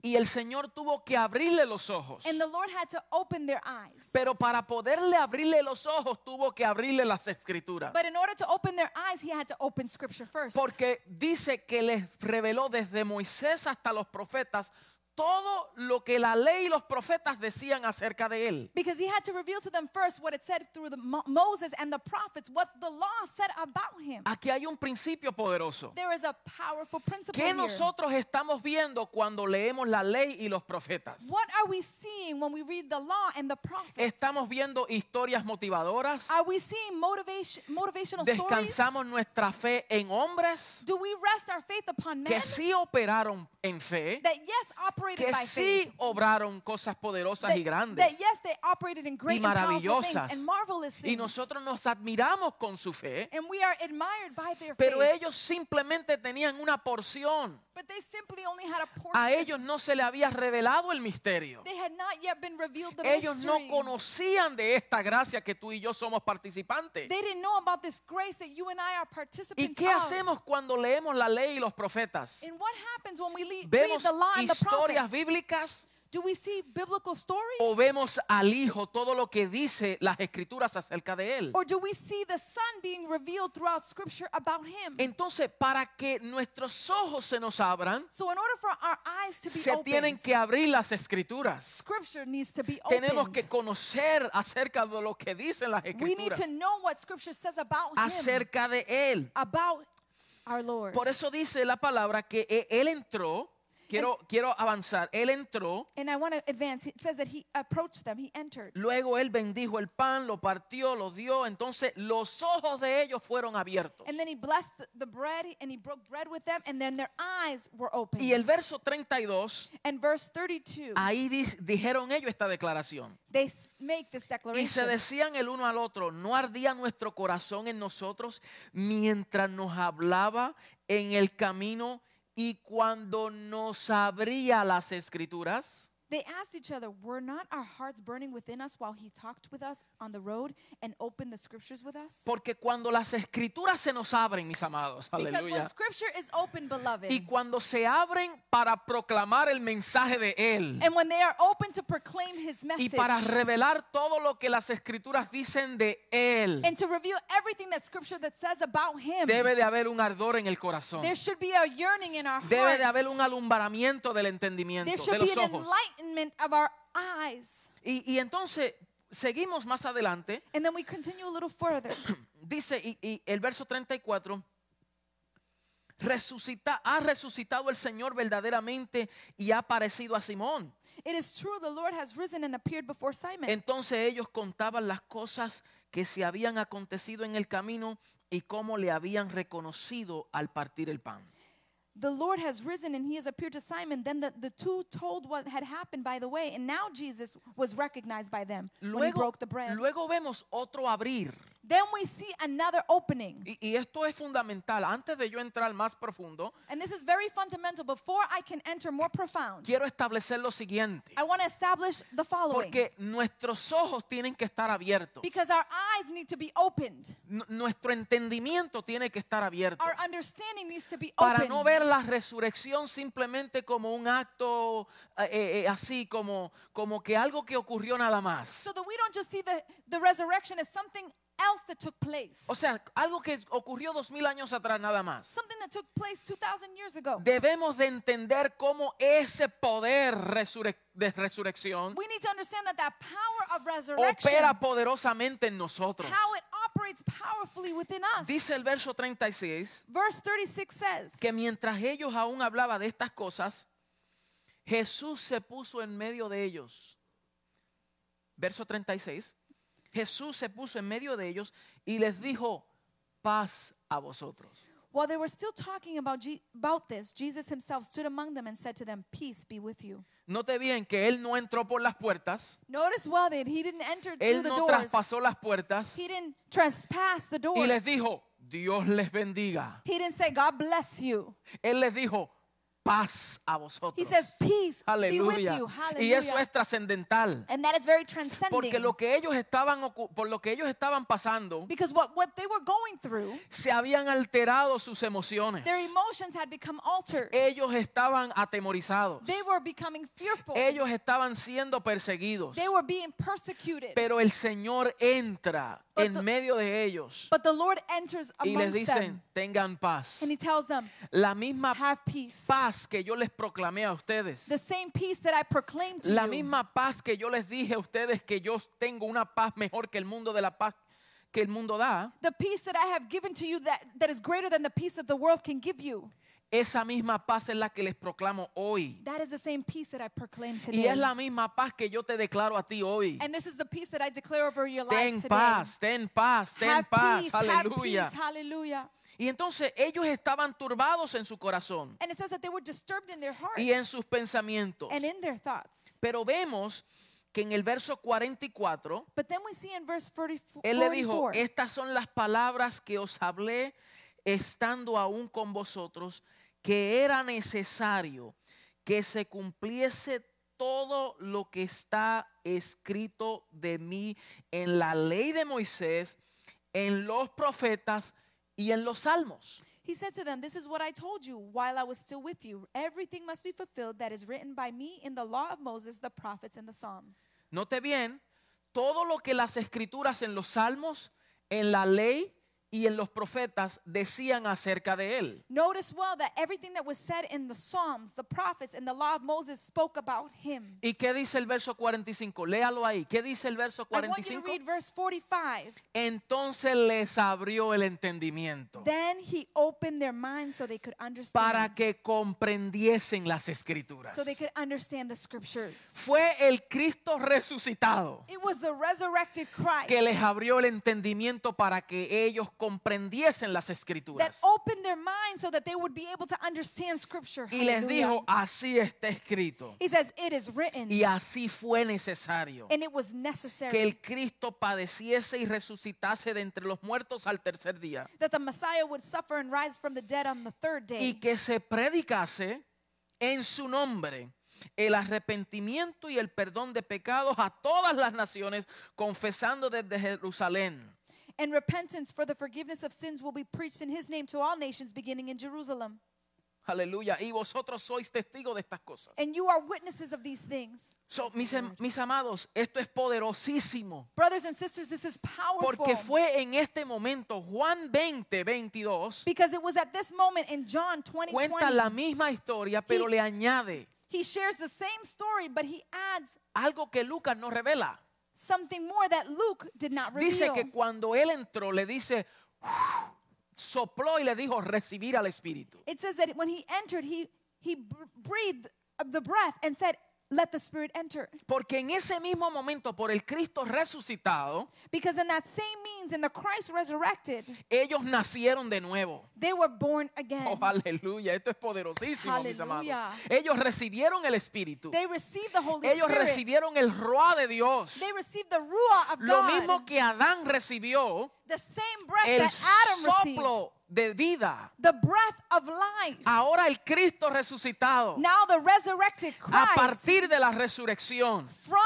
y el Señor tuvo que abrirle los ojos. and the Lord had to open their eyes. Pero para poderle abrirle los ojos tuvo que abrirle las escrituras. But in order to open their eyes, he had to open scripture first. Porque dice que les reveló desde Moisés hasta los profetas todo lo que la ley y los profetas decían acerca de él. Because he had to reveal to them first what it said through the Mo- Moses and the prophets, what the law said about him. Aquí hay un principio poderoso. There is a powerful principle ¿Qué here. nosotros estamos viendo cuando leemos la ley y los profetas? What are we seeing when we read the law and the prophets? Estamos viendo historias motivadoras. Are we seeing motivation, motivational Descansamos stories? nuestra fe en hombres Do we rest our faith upon men que sí operaron en fe, that yes operated que by sí faith? obraron cosas poderosas That, y grandes that yes they operated in great y and powerful things maravillosas. and marvelous Y things. nosotros nos admiramos con su fe. and we are admired by their Pero faith. ellos simplemente tenían una porción. But they simply only had a portion. A ellos no se le había revelado el misterio. they had not yet been revealed the Ellos no mystery. conocían de esta gracia que tú y yo somos participantes. They didn't know about this grace that you and I are participants ¿Y qué of. hacemos cuando leemos la ley y los profetas? And what happens when we le- read ¿Vemos the law and the historias prophets? bíblicas Do we see biblical stories? o vemos al Hijo todo lo que dice las escrituras acerca de él? Or do we see the Son being revealed throughout Scripture about Him? Entonces, para que nuestros ojos se nos abran, so, in order for our eyes to be se tienen opened, que abrir las escrituras. Scripture needs to be Tenemos opened. que conocer acerca de lo que dicen las we need escrituras to know what Scripture says about Him, acerca de él. about our Lord. Por eso dice la palabra que e- eh, él entró Quiero, quiero avanzar. Él entró, And I want to advance. It says that he approached them, he entered. luego él bendijo el pan, lo partió, lo dio. Entonces los ojos de ellos fueron abiertos. And then he blessed the- the bread and he broke bread with them, and then their eyes were opened. Y el Ah. verso 32, and verse 32, ahí dis- dijeron ellos esta declaración. they s- make this Y se declaration. decían el uno al otro, ¿no ardía nuestro corazón en nosotros mientras nos hablaba en el camino y cuando nos abría las escrituras? They asked each other, Were not our hearts burning within us while he talked with us on the road and opened the scriptures with us? Porque cuando las escrituras se nos abren, mis amados, Because when aleluya. scripture is open, beloved, Y cuando se abren para proclamar el mensaje de Él and when they are open to proclaim his y message para revelar todo lo que las escrituras dicen de Él, and to reveal everything that scripture that says about him, debe de haber un ardor en el corazón. there should be a yearning in our Debe de hearts. haber un alumbramiento del there entendimiento, de should be los an ojos. enlightenment of our eyes. Y, y entonces seguimos más adelante. And then we continue a little further. Dice y, y el verso 34. Resucita, ha resucitado el Señor verdaderamente y ha aparecido a Simón. it is true the Lord has risen and appeared before Simon. Entonces ellos contaban las cosas que se habían acontecido en el camino y cómo le habían reconocido al partir el pan. the Lord has risen and he has appeared to Simon. Then the, the two told what had happened by the way, and now Jesus was recognized by them when he Luego, broke the bread. luego vemos otro abrir. then we see another opening. Y- y esto es fundamental. Antes de yo entrar más profundo, And this is very fundamental. Before I can enter more profound, quiero establecer lo siguiente. I want to establish the following. Porque nuestros ojos tienen que estar abiertos. Because our eyes need to be opened, N- nuestro entendimiento tiene que estar abierto. our understanding needs to be Para opened. no ver la resurrección simplemente como un acto eh, eh, así, como, como que algo que ocurrió nada más. so that we don't just see the, the resurrection as something else that took place, O sea, algo que ocurrió dos mil años atrás nada más. something that took place 2,000 years ago. Debemos de entender cómo ese poder resurrec- de resurrección We need to understand that that power of resurrection, opera poderosamente en nosotros. how it operates powerfully within us. Dice el verso 36. Verse 36 says, que mientras ellos aún hablaban de estas cosas, Jesús se puso en medio de ellos. Verso 36. Jesús se puso en medio de ellos y les dijo, paz a vosotros. while they were still talking about, Je- about this, Jesus himself stood among them and said to them, Peace be with you. Note bien que él no entró por las puertas, Notice well that he didn't enter through él the no doors. traspasó las puertas He didn't trespass the y doors. les dijo, Dios les bendiga. He didn't say, God bless you. Él les dijo, paz a He vosotros. says, peace be with Aleluya. you. Y eso Hallelujah. es trascendental. And that is very transcending. Porque lo que ellos estaban ocu- por lo que ellos estaban pasando, Because what, what they were going through, se habían alterado sus emociones. their emotions had become altered. Ellos estaban atemorizados. They were becoming fearful. Ellos estaban siendo perseguidos. They were being persecuted. Pero el Señor entra But en the- medio de ellos But the Lord enters y les amongst dicen, them. tengan paz. And he tells them, La misma have peace. paz que yo les proclamé a ustedes. The same peace that I proclaimed to La you. misma paz que yo les dije a ustedes que yo tengo una paz mejor que el mundo de la paz que el mundo da. The peace that I have given to you that, that is greater than the peace that the world can give you. Esa misma paz es la que les proclamo hoy. That is the same peace that I proclaim today. Y es la misma paz que yo te declaro a ti hoy. And this is the peace that I declare over your life Ten today. paz, ten paz, ten have paz. peace, Aleluya. have peace, hallelujah. Y entonces ellos estaban turbados en su corazón And it says that they were disturbed in their hearts y en sus pensamientos. and in their thoughts. Pero vemos que en el verso 44, But then we see in verse 40 él le dijo, 44, estas son las palabras que os hablé estando aún con vosotros, que era necesario que se cumpliese todo lo que está escrito de mí en la ley de Moisés, en los profetas y en los salmos. He said to them, This is what I told you while I was still with you. Everything must be fulfilled that is written by me in the law of Moses, the prophets, and the Psalms. Note bien, todo lo que las escrituras en los salmos, en la ley y en los profetas decían acerca de él. Notice well that everything that was said in the Psalms, the prophets, and the law of Moses spoke about him. ¿Y qué dice el verso 45? Léalo ahí. ¿Qué dice el verso I want you to 45? read verse 45. Entonces les abrió el entendimiento Then he opened their minds so they could para understand. que comprendiesen las escrituras. So they could understand the scriptures. Fue el Cristo resucitado It was the resurrected Christ que les abrió el entendimiento para que ellos comprendiesen las that escrituras. opened their minds so that they would be able to understand scripture. Y les Hallelujah. dijo, así está escrito. he says, It is written, Y así fue necesario and it was que necessary el Cristo padeciese y resucitase de entre los muertos al tercer día. that the Messiah would suffer and rise from the dead on the third day. y que se predicase en su nombre el arrepentimiento y el perdón de pecados a todas las naciones, confesando desde Jerusalén. And repentance for the forgiveness of sins will be preached in his name to all nations beginning in Jerusalem. Aleluya. Y vosotros sois testigos de estas cosas. And you are witnesses of these things. So, mis, em- mis amados, esto es poderosísimo. Brothers and sisters, this is powerful. Porque fue en este momento, Juan 20, 22, because it was at this moment in John 20, cuenta la misma historia, pero He- le añade he shares the same story, but he adds algo que Lucas no revela. something more that Luke did not Dice reveal. que cuando él entró, le dice, "Uf", sopló y le dijo, recibir al Espíritu. It says that when he entered, he, he br- breathed of the breath and said, Let the Spirit enter. Porque en ese mismo momento, por el Cristo resucitado, Because in that same means, in the Christ resurrected, ellos nacieron de nuevo. they were born again. Oh, aleluya, esto es poderosísimo, mis amados. Aleluya. Ellos recibieron el Espíritu. They received the Holy Ellos Spirit. recibieron el Roa de Dios. They received the Ruah of Lo God. mismo que Adán recibió the same breath el that Adam received. soplo de vida. The breath of life. Ahora el Cristo resucitado, now the resurrected a Christ partir de la resurrección, from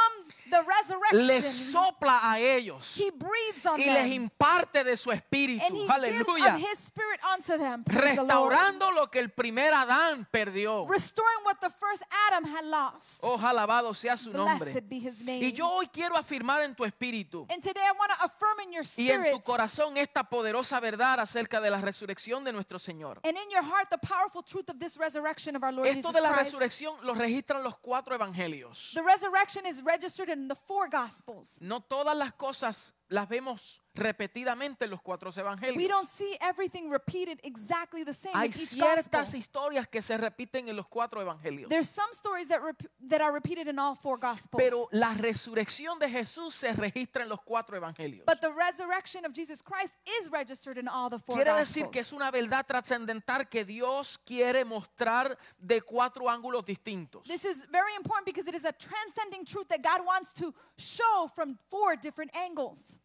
the les resurrection, sopla a ellos he breathes on y them. les imparte de su and espíritu. he Aleluya. gives of his spirit unto them. Praise the Lord. restaurando lo que el primer Adán perdió. Restoring what the first Adam had lost. Oh, alabado sea su nombre. Blessed be his name. Y yo hoy quiero afirmar en tu espíritu and today I want to affirm in your y en spirit tu corazón esta poderosa verdad acerca de la resurrección de nuestro Señor. and in your heart the powerful truth of this resurrection of our Lord Esto Jesus de la Christ. resurrección lo registran los cuatro evangelios. The resurrection is registered in the four gospels. No todas las cosas las vemos repetidamente en los cuatro We evangelios. don't see everything repeated exactly the same Hay in each gospel. ciertas historias que se repiten en los cuatro evangelios. There's some stories that rep- that are repeated in all four gospels. Pero la resurrección de Jesús se registra en los cuatro evangelios. but the resurrection of Jesus Christ is registered in all the four Quiere gospels. decir que es una verdad trascendental que Dios quiere mostrar de cuatro ángulos distintos. This is very important because it is a transcending truth that God wants to show from four different angles.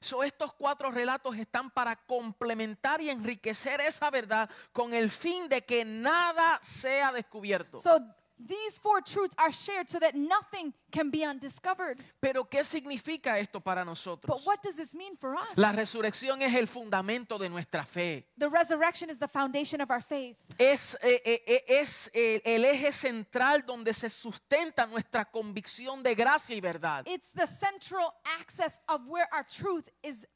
So, estos cuatro relatos están para complementar y enriquecer esa verdad con el fin de que nada sea descubierto. So these four truths are shared so that nothing can be undiscovered. Pero ¿qué significa esto para But nosotros? what does this mean for us? La resurrección es el fundamento de nuestra fe. the resurrection is the foundation of our faith. Es, eh, eh, eh, es eh, el eje central donde se sustenta nuestra convicción de gracia y verdad. It's the central axis of where our truth is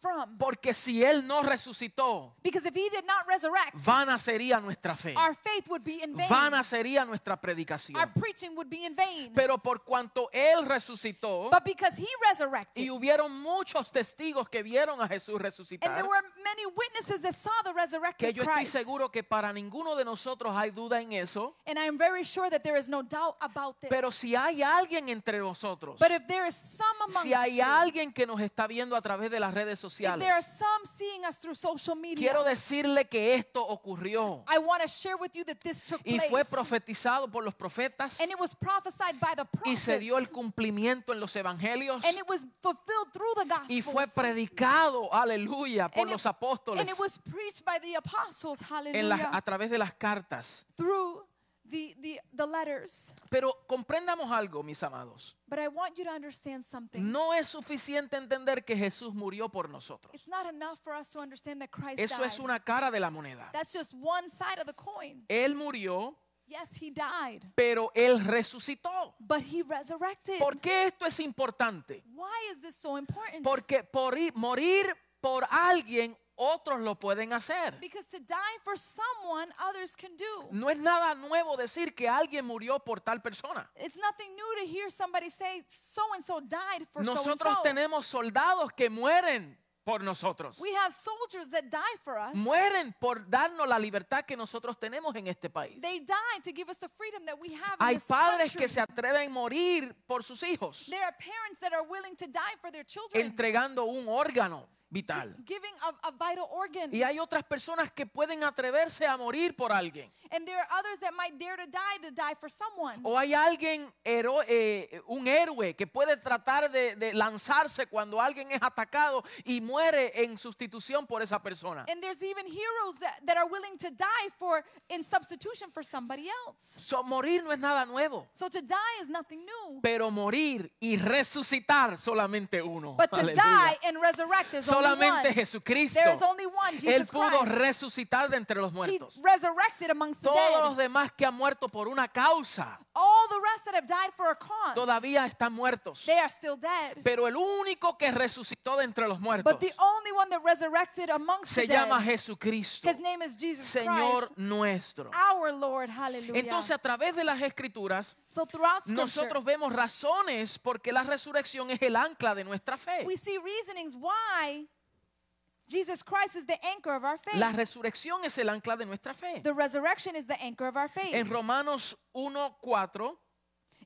from. Porque si Él no resucitó, Because if he did not resurrect, vana sería nuestra fe, our faith would be in vain. vana sería nuestra Our predicación. preaching would be in vain. Pero por cuanto Él resucitó but because he resurrected, y hubieron muchos testigos que vieron a Jesús and resucitar, there were many witnesses that saw the que resurrected yo estoy Christ. seguro que para ninguno de nosotros hay duda en eso, And I am very sure that there is no doubt about this. pero si hay alguien entre nosotros, but if there is some amongst si hay you, alguien que nos está viendo a través de las redes if sociales, there are some seeing us through social media, quiero decirle que esto ocurrió I want to share with you that this took y place. fue profetizado por los profetas and it was prophesied by the y prophets. se dio el cumplimiento en los evangelios. and it was fulfilled through the gospels. y fue predicado, aleluya, por And it- los apóstoles and it was preached by the apostles, hallelujah, en las- a través de las cartas. through the, the, the letters. Pero comprendamos algo, mis amados. But I want you to understand something. No es suficiente entender que Jesús murió por nosotros. It's not enough for us to understand that Christ Eso died. es una cara de la moneda. That's just one side of the coin. Él murió, Yes, he died, pero Él resucitó. but he resurrected. ¿Por qué esto es importante? Why is this so important? Porque por i- morir por alguien otros lo pueden hacer. Because to die for someone, others can do. No es nada nuevo decir que alguien murió por tal persona. It's nothing new to hear somebody say, so and so died for so and Nosotros so. tenemos soldados que mueren por nosotros. We have soldiers that die for us. Mueren por darnos la libertad que nosotros tenemos en este país. They die to give us the freedom that we have in Hay this padres country. que se atreven a morir por sus hijos, There are parents that are willing to die for their children, entregando un órgano vital. giving a, a vital organ. Y hay otras personas que pueden atreverse a morir por alguien. And there are others that might dare to die to die for someone. O hay alguien, hero- eh, un héroe, que puede tratar de, de lanzarse cuando alguien es atacado y muere en sustitución por esa persona. And there's even heroes that, that are willing to die for in substitution for somebody else. So, morir no es nada nuevo, So to die is nothing new. pero morir y resucitar solamente uno. But to Aleluya. die and resurrect is only solamente one. Jesucristo. There is only one, Él Jesus pudo Christ. resucitar de entre los He muertos. resurrected amongst the Todos los dead. demás que han muerto por una causa All the rest that have died for a cause, todavía están muertos. they are still dead. Pero el único que resucitó de entre los muertos But the only one that resurrected amongst se the dead, llama Jesucristo, his name is Jesus Señor Christ, nuestro. our Lord. Hallelujah. Entonces a través de las escrituras so throughout Scripture, nosotros vemos razones porque la resurrección es el ancla de nuestra fe. we see reasonings why Jesus Christ is the anchor of our faith. La resurrección es el ancla de nuestra fe. the resurrection is the anchor of our faith. En Romanos 1.4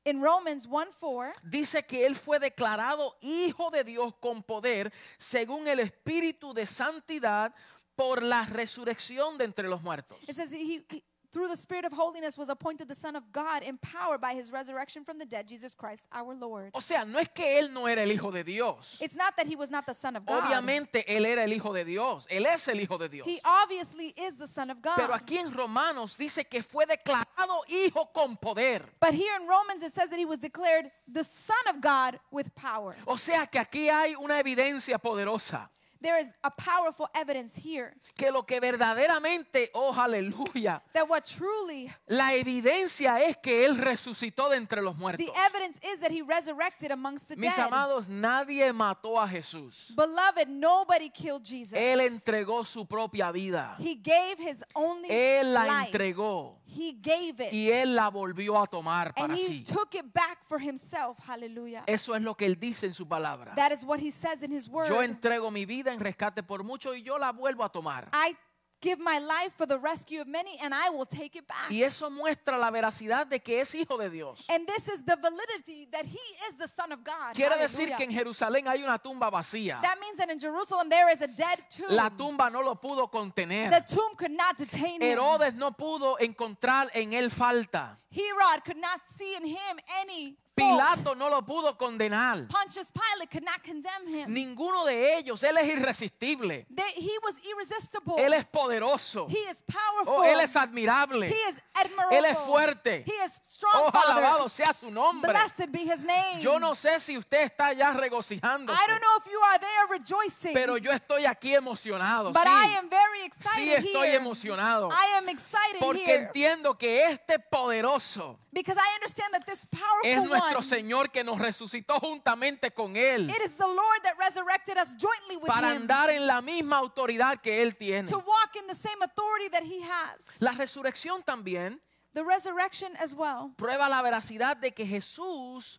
In Romans 1 4, dice que él fue declarado hijo de Dios con poder según el Espíritu de Santidad por la resurrección de entre los muertos. it says he, he through the spirit of holiness was appointed the son of God empowered by his resurrection from the dead Jesus Christ our Lord. O sea, no es que él no era el hijo de Dios. It's not that he was not the son of God. Obviamente él era el hijo de Dios. Él es el hijo de Dios. He obviously is the son of God. Pero aquí en Romanos dice que fue declarado hijo con poder. But here in Romans it says that he was declared the son of God with power. O sea que aquí hay una evidencia poderosa There is a powerful evidence here que lo que verdaderamente, oh aleluya, that what truly la evidencia es que él resucitó de entre los the muertos. evidence is that he resurrected amongst the Mis dead. amados, nadie mató a Jesús. Beloved, nobody killed Jesus. Él entregó su propia vida. He gave his only Él la life. entregó He gave it. y él la volvió a tomar and para he sí. took it back for himself. Hallelujah. Eso es lo que él dice en su palabra. that is what he says in his word. Yo entrego mi vida en rescate por mucho y yo la vuelvo a tomar. I give my life for the rescue of many and I will take it back. Y eso muestra la veracidad de que es hijo de Dios. And this is the validity that he is the son of God. Quiere decir Hallelujah. que en Jerusalén hay una tumba vacía. that means that in Jerusalem there is a dead tomb. La tumba no lo pudo contener. the tomb could not detain him. Herodes no pudo encontrar en él falta. Herod could not see in him any fault. Pilato no lo pudo condenar. Pontius Pilate could not condemn him. Ninguno de ellos, él es irresistible. They- he was irresistible. Él es poderoso. He is powerful. Oh, él es admirable. he is admirable. Él es fuerte. He is strong, Oh, alabado Father. sea su nombre. Blessed be his name. Yo no sé si usted está ya regocijando, I don't know if you are there rejoicing, pero yo estoy aquí emocionado. but I sí. am very Sí, excited estoy here. emocionado. I am excited Porque here entiendo que este poderoso because I understand that this powerful es nuestro one, Señor que nos resucitó juntamente con Él it is the Lord that resurrected us jointly with Mm. para him andar en la misma autoridad que Él tiene. to walk in the same authority that he has. La resurrección también The resurrection as well. prueba la veracidad de que Jesús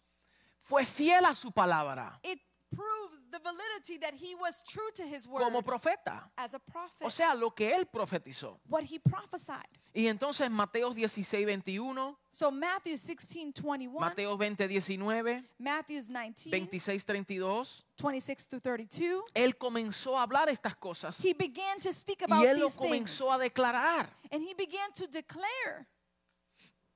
fue fiel a su palabra It proves the validity that he was true to his word como profeta. as a prophet. O sea, lo que Él profetizó. what he prophesied. Y entonces Mateo 16, 21, So Matthew 16, 21, Mateo 20, 19, Matthew's 19, 26, 32, 26 through 32, Él comenzó a hablar estas cosas. he began to speak about Y él lo these things. comenzó a declarar. And he began to declare.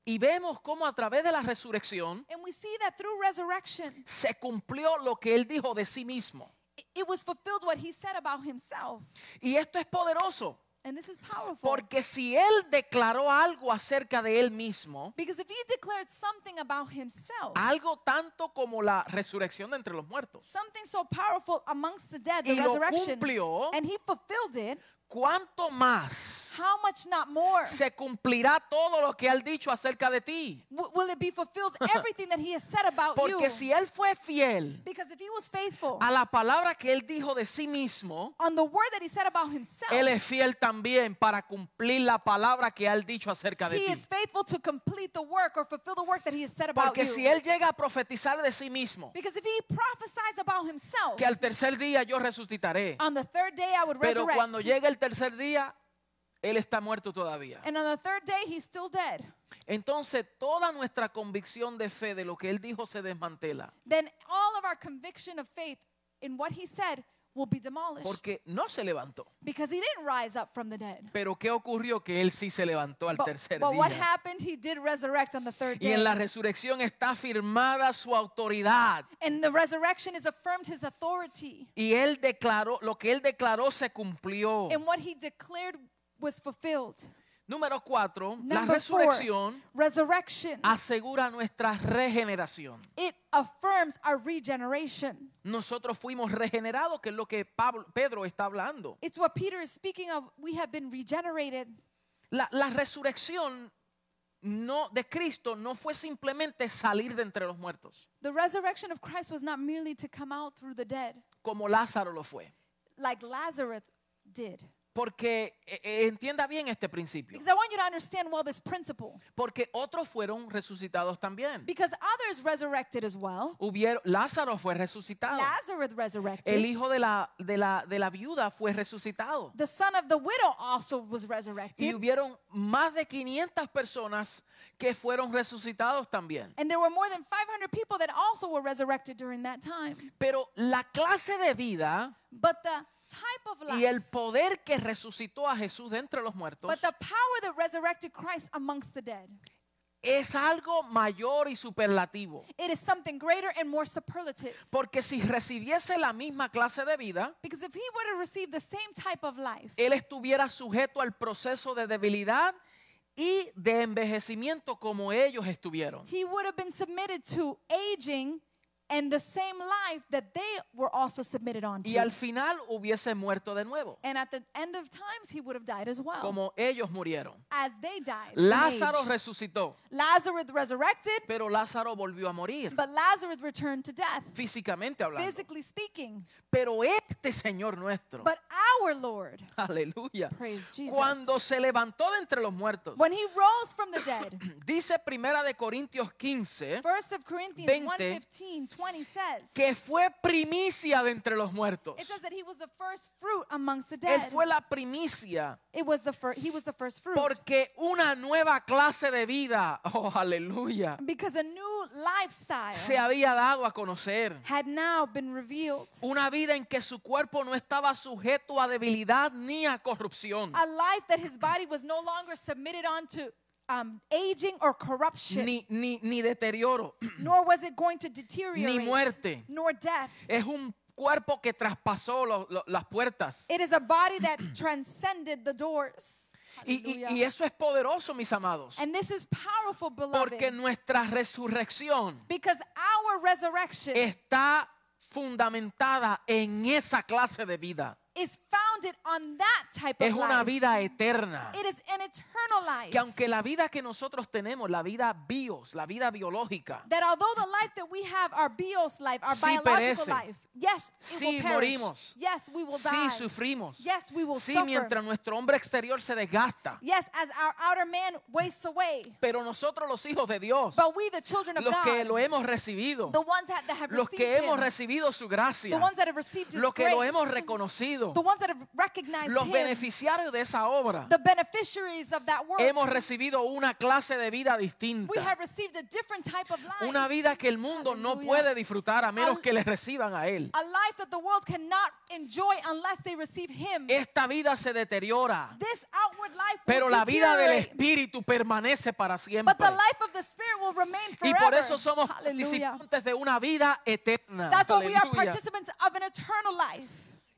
Y vemos cómo a través de la resurrección And we see that through resurrection, se cumplió lo que él dijo de sí mismo. i- it was fulfilled what he said about himself. Y esto es poderoso, And this is powerful. porque si él declaró algo acerca de él mismo, because if he declared something about himself, algo tanto como la resurrección de entre los muertos, something so powerful amongst the dead, the y lo resurrection, cumplió, and he fulfilled it, ¿cuánto más how much not more se cumplirá todo lo que Él dicho acerca de ti. w- will it be fulfilled everything that he has said about you? Porque si Ah. Él fue fiel because if he was faithful a la palabra que Él dijo de sí mismo, on the word that he said about himself, Él es fiel también para cumplir la palabra que Él dicho acerca de he ti. is faithful to complete the work or fulfill the work that he has said about Porque you. si Él llega a profetizar de sí mismo, because if he prophesies about himself, que al tercer día yo resucitaré, on the third day I would pero resurrect. cuando llega el tercer día, Él está muerto todavía. and on the third day he's still dead. Entonces toda nuestra convicción de fe de lo que Él dijo se desmantela. Then all of our conviction of faith in what he said will be demolished. Porque no se levantó. because he didn't rise up from the dead. Pero ¿qué ocurrió? Que Él sí se levantó al But, tercer but what día. happened? He did resurrect on the third Y day. en la resurrección está firmada su autoridad. and the resurrection has affirmed his authority. Y Él declaró, lo que Él declaró se cumplió. And what he declared was fulfilled. Número cuatro, la Number four, resurrección Ah. resurrection. asegura nuestra regeneración. It affirms our regeneration. Nosotros fuimos regenerados, que es lo que Pablo- Pedro está hablando. It's what Peter is speaking of. We have been regenerated. La, la resurrección no, de Cristo no fue simplemente salir de entre los muertos, The resurrection of Christ was not merely to come out through the dead, como Lázaro lo fue. like Lazarus did. Porque eh, eh, entienda bien este principio. Because I want you to understand well this principle. Porque otros fueron resucitados también. Because others resurrected as well. Hubieron, Lázaro fue Oh. resucitado. Lazarus resurrected. El hijo de la, de la, de la viuda fue resucitado. the son of the widow also was Y resurrected. hubieron más de 500 personas que fueron resucitados también. and there were more than 500 people that also were resurrected during that time. Pero la clase de vida But the type of life y el poder que resucitó a Jesús de entre los muertos But the power that resurrected Christ amongst the dead, es algo mayor y superlativo. it is something greater and more superlative. Porque si recibiese la misma clase de vida, Because if he would have received the same type of life, él estuviera sujeto al proceso de debilidad y de envejecimiento como ellos estuvieron. he would have been submitted to aging and the same life that they were also submitted onto. Y al final hubiese muerto de nuevo, and at the end of times, he would have died as well, como ellos murieron. as they died. in Lázaro age. resucitó, Lazarus resurrected, pero Lázaro volvió a morir, but Lazarus returned to death, físicamente hablando. physically speaking. Pero este Señor nuestro, But our Lord, aleluya, Praise Jesus. cuando se levantó de entre los muertos, when he rose from the dead, dice Primera de Corintios 15 First of Corinthians 20. 1:15, 20 says, que fue primicia de entre los muertos. It says that he was the first fruit amongst the Él dead. fue la primicia It was the first. He was the first fruit porque una nueva clase de vida, oh aleluya, because a new lifestyle se había dado a conocer. had now been revealed. Una vida en que su cuerpo no estaba sujeto a debilidad ni a corrupción, A life that his body was no longer submitted onto um, aging or corruption, ni, ni, ni deterioro. nor was it going to deteriorate, muerte. nor death. Es un cuerpo que traspasó lo- lo- las puertas. It is a body that transcended the doors. Y- Y, Hallelujah. y eso es poderoso, mis amados, and this is powerful, beloved, porque nuestra resurrección because our resurrection está fundamentada en esa clase de vida. is founded on that type Es of una life. vida eterna. It is an eternal life. Que aunque la vida que nosotros tenemos, la vida bios, la vida biológica, that although the life that we have, our bios life, our Sí biological perece. life, yes, it Sí will perish. morimos. Yes, we will sí die. sufrimos, Yes, we will sí suffer. mientras nuestro hombre exterior se desgasta, Yes, as our outer man wastes away. pero nosotros los hijos de Dios, But we, the children of los God, que lo hemos recibido, the ones that, that have los received que hemos Him, recibido su gracia, the ones that have received His los que grace, lo hemos reconocido, the ones that have recognized los Him, beneficiarios de esa obra, the beneficiaries of that work, hemos recibido una clase de vida we distinta. have received a different type of life. Una vida que el mundo no Aleluya. puede disfrutar a menos Al- que le reciban a Él. a life that the world cannot enjoy unless they receive Him. Esta vida se deteriora, this outward life pero will la vida del deteriorate. Espíritu permanece para siempre. But the life of the Spirit will remain Y forever. por eso somos Hallelujah. participantes de una vida eterna. That's why we are Aleluya. participants of an eternal life.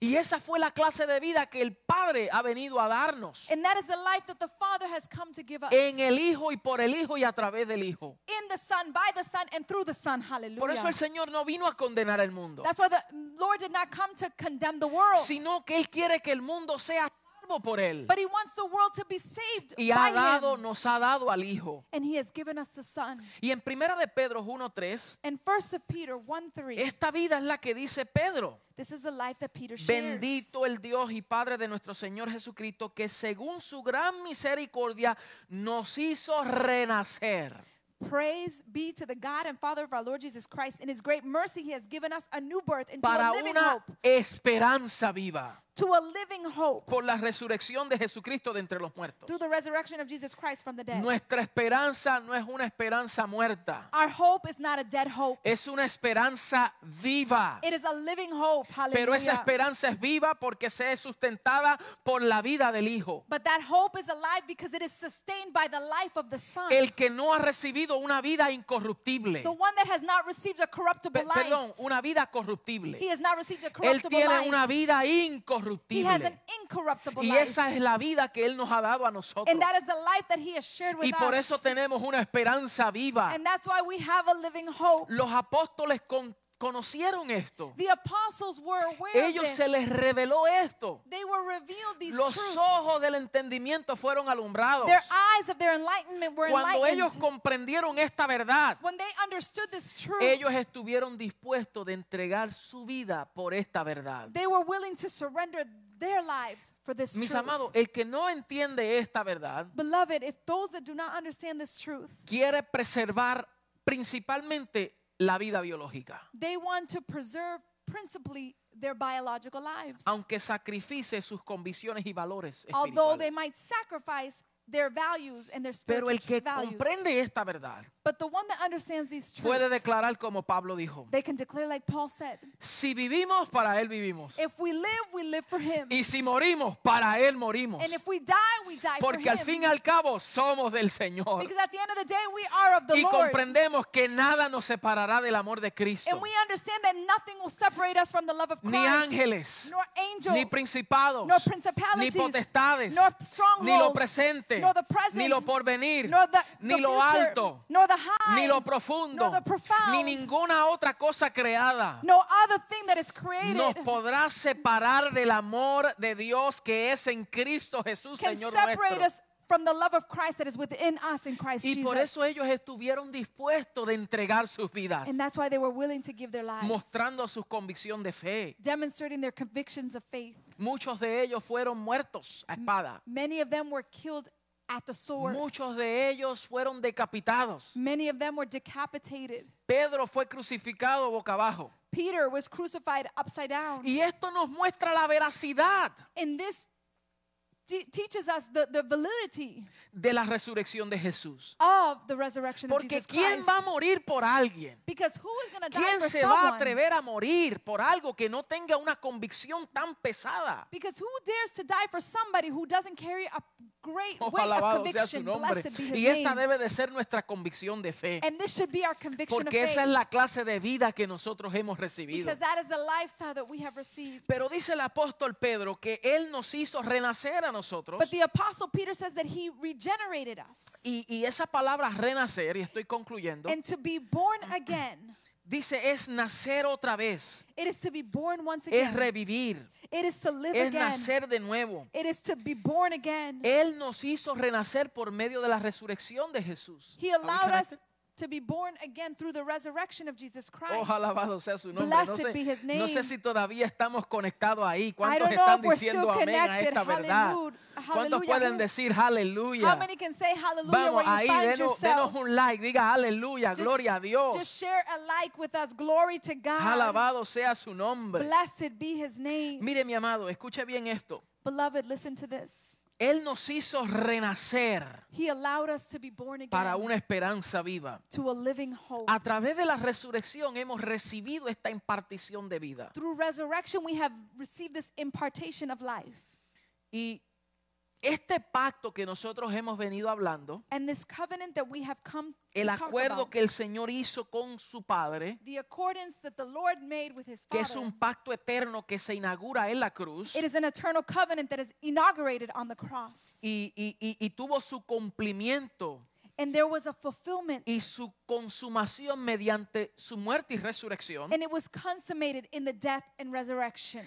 Y esa fue la clase de vida que el Padre ha venido a darnos And that is the life that the Father has come to give us. en el Hijo y por el Hijo y a través del Hijo. in the Son, by the Son, and through the Son. Hallelujah. Por eso el Señor no vino a condenar al mundo, That's why the Lord did not come to condemn the world, sino que Él quiere que el mundo sea salvo salvo por él. but he wants the world to be saved Y by ha dado, him. nos ha dado al Hijo. And he has given us the Son. Y en Primera de Pedro 1.3, And first of Peter 1 3, esta vida es la que dice Pedro. this is the life that Peter shares. Bendito el Dios y Padre de nuestro Señor Jesucristo, que según su gran misericordia nos hizo renacer Praise be to the God and Father of our Lord Jesus Christ. In his great mercy, he has given us a new birth into para a living una hope. esperanza viva To a living hope por la resurrección de Jesucristo de entre los muertos. through the resurrection of Jesus Christ from the dead. Nuestra esperanza no es una esperanza muerta, Our hope is not a dead hope, es una esperanza viva. it is a living hope. Pero esa Hallelujah. esperanza es viva porque se es sustentada por la vida del Hijo. But that hope is alive because it is sustained by the life of the Son. El que no ha recibido una vida incorruptible. Ah. the one that has not received a Pe- corruptible life. perdón, una vida corruptible. He has not received a Él corruptible tiene life. una vida he has an incorruptible incorruptible. Y life. esa es la vida que Él nos ha dado a nosotros. and that is the life that he has shared with Y por us. eso tenemos una esperanza viva. and that's why we have a living hope. Los apóstoles con- conocieron esto. The apostles were aware Ellos of this. se les reveló esto. they were revealed these Los truths. ojos del entendimiento fueron alumbrados. their eyes of their enlightenment were Cuando enlightened. ellos comprendieron esta verdad, when they understood this truth, ellos estuvieron dispuestos de entregar su vida por esta verdad. they were willing to surrender their lives for this Mis truth. amados, el que no entiende esta verdad Beloved, if those that do not understand this truth, quiere preservar principalmente la vida biológica, they want to preserve principally their biological lives. aunque sacrifice sus convicciones y valores. although they espirituales. might sacrifice their values and their Pero spiritual el que values. comprende esta verdad but the one that understands these puede truths, declarar como Pablo dijo, they can declare like Paul said, si vivimos, para Él vivimos. if we live, we live for him. Y si morimos, para Él morimos. And if we die, we die Porque for al him. fin y al cabo somos del Señor. because at the end of the day, we are of the Y Lord. comprendemos que nada nos separará del amor de Cristo. And we understand that nothing will separate us from the love of Christ. Ni ángeles, nor angels, ni principados, nor ni principalities, potestades, nor strongholds, ni lo presente, nor the present, ni lo porvenir, nor the, ni the lo future, alto, nor the high, ni lo profundo, nor the profound, ni ninguna otra cosa creada no other thing that is created nos podrá separar del amor de Dios que es en Cristo Jesús, can Señor separate nuestro. us from the love of Christ that is within us in Christ Y Jesus. por eso ellos estuvieron dispuestos de entregar sus vidas, and that's why they were willing to give their lives, mostrando su convicción de fe. demonstrating their convictions of faith. Muchos de ellos fueron muertos a espada. Many of them were killed at the sword. Muchos de ellos fueron decapitados. Many of them were decapitated. Pedro fue crucificado boca abajo. Peter was crucified upside down. Y esto nos muestra la veracidad And this te- teaches us the, the validity de la resurrección de Jesús. of the resurrection of Porque Jesus ¿quién Christ. va a morir por alguien? Because who is going to die ¿Quién for se va a someone? atrever a morir por algo que no tenga una convicción tan pesada? Because who dares to die for somebody who doesn't carry a great Oh, weight of alabado sea su conviction? nombre. Blessed be his Y esta name. debe de ser nuestra convicción de fe. And this should be our conviction Porque of faith. esa es la clase de vida que nosotros hemos recibido. because that is the lifestyle that we have received. Pero dice el apóstol Pedro que él nos hizo renacer a nosotros. But the apostle Peter says that he regenerated us. Y, y esa palabra renacer, y estoy concluyendo, And to be born again, dice es nacer otra vez, it is to be born once es again. revivir, it is to live es again. nacer de nuevo. It is to be born again. Él nos hizo renacer por medio de la resurrección de Jesús. He ¿Habéis allowed us renacer? to be born again through the resurrection of Jesus Christ. Oh, alabado sea su nombre. No Blessed be his sé, no sé name. si todavía estamos conectados ahí. I ¿Cuántos don't know están if we're still diciendo amén a connected. esta verdad? Hallelujah. ¿Cuántos Hallelujah. pueden Who- decir aleluya? How many can say hallelujah Vamos where you ahí, find denos, yourself? denos un like, diga aleluya, Just- gloria a Dios. Just share a like with us. Glory to God. Alabado sea su nombre. Blessed be his name. Mire, mi amado, escuche bien esto. Beloved, listen to this. Él nos hizo renacer He allowed us to be born para again una esperanza viva. to a living hope. A través de la resurrección hemos recibido esta impartición de vida. Through resurrection, we have received this impartation of life. Y este pacto que nosotros hemos venido hablando, And this covenant that we have come el to talk acuerdo about, que el Señor hizo con su Padre, the accordance that the Lord made with his que Father, es un pacto eterno que se inaugura en la cruz it is an eternal covenant that is inaugurated on the cross. y, y- y- y tuvo su cumplimiento and there was a fulfillment, y su consumación mediante su muerte y resurrección, and it was consummated in the death and resurrection.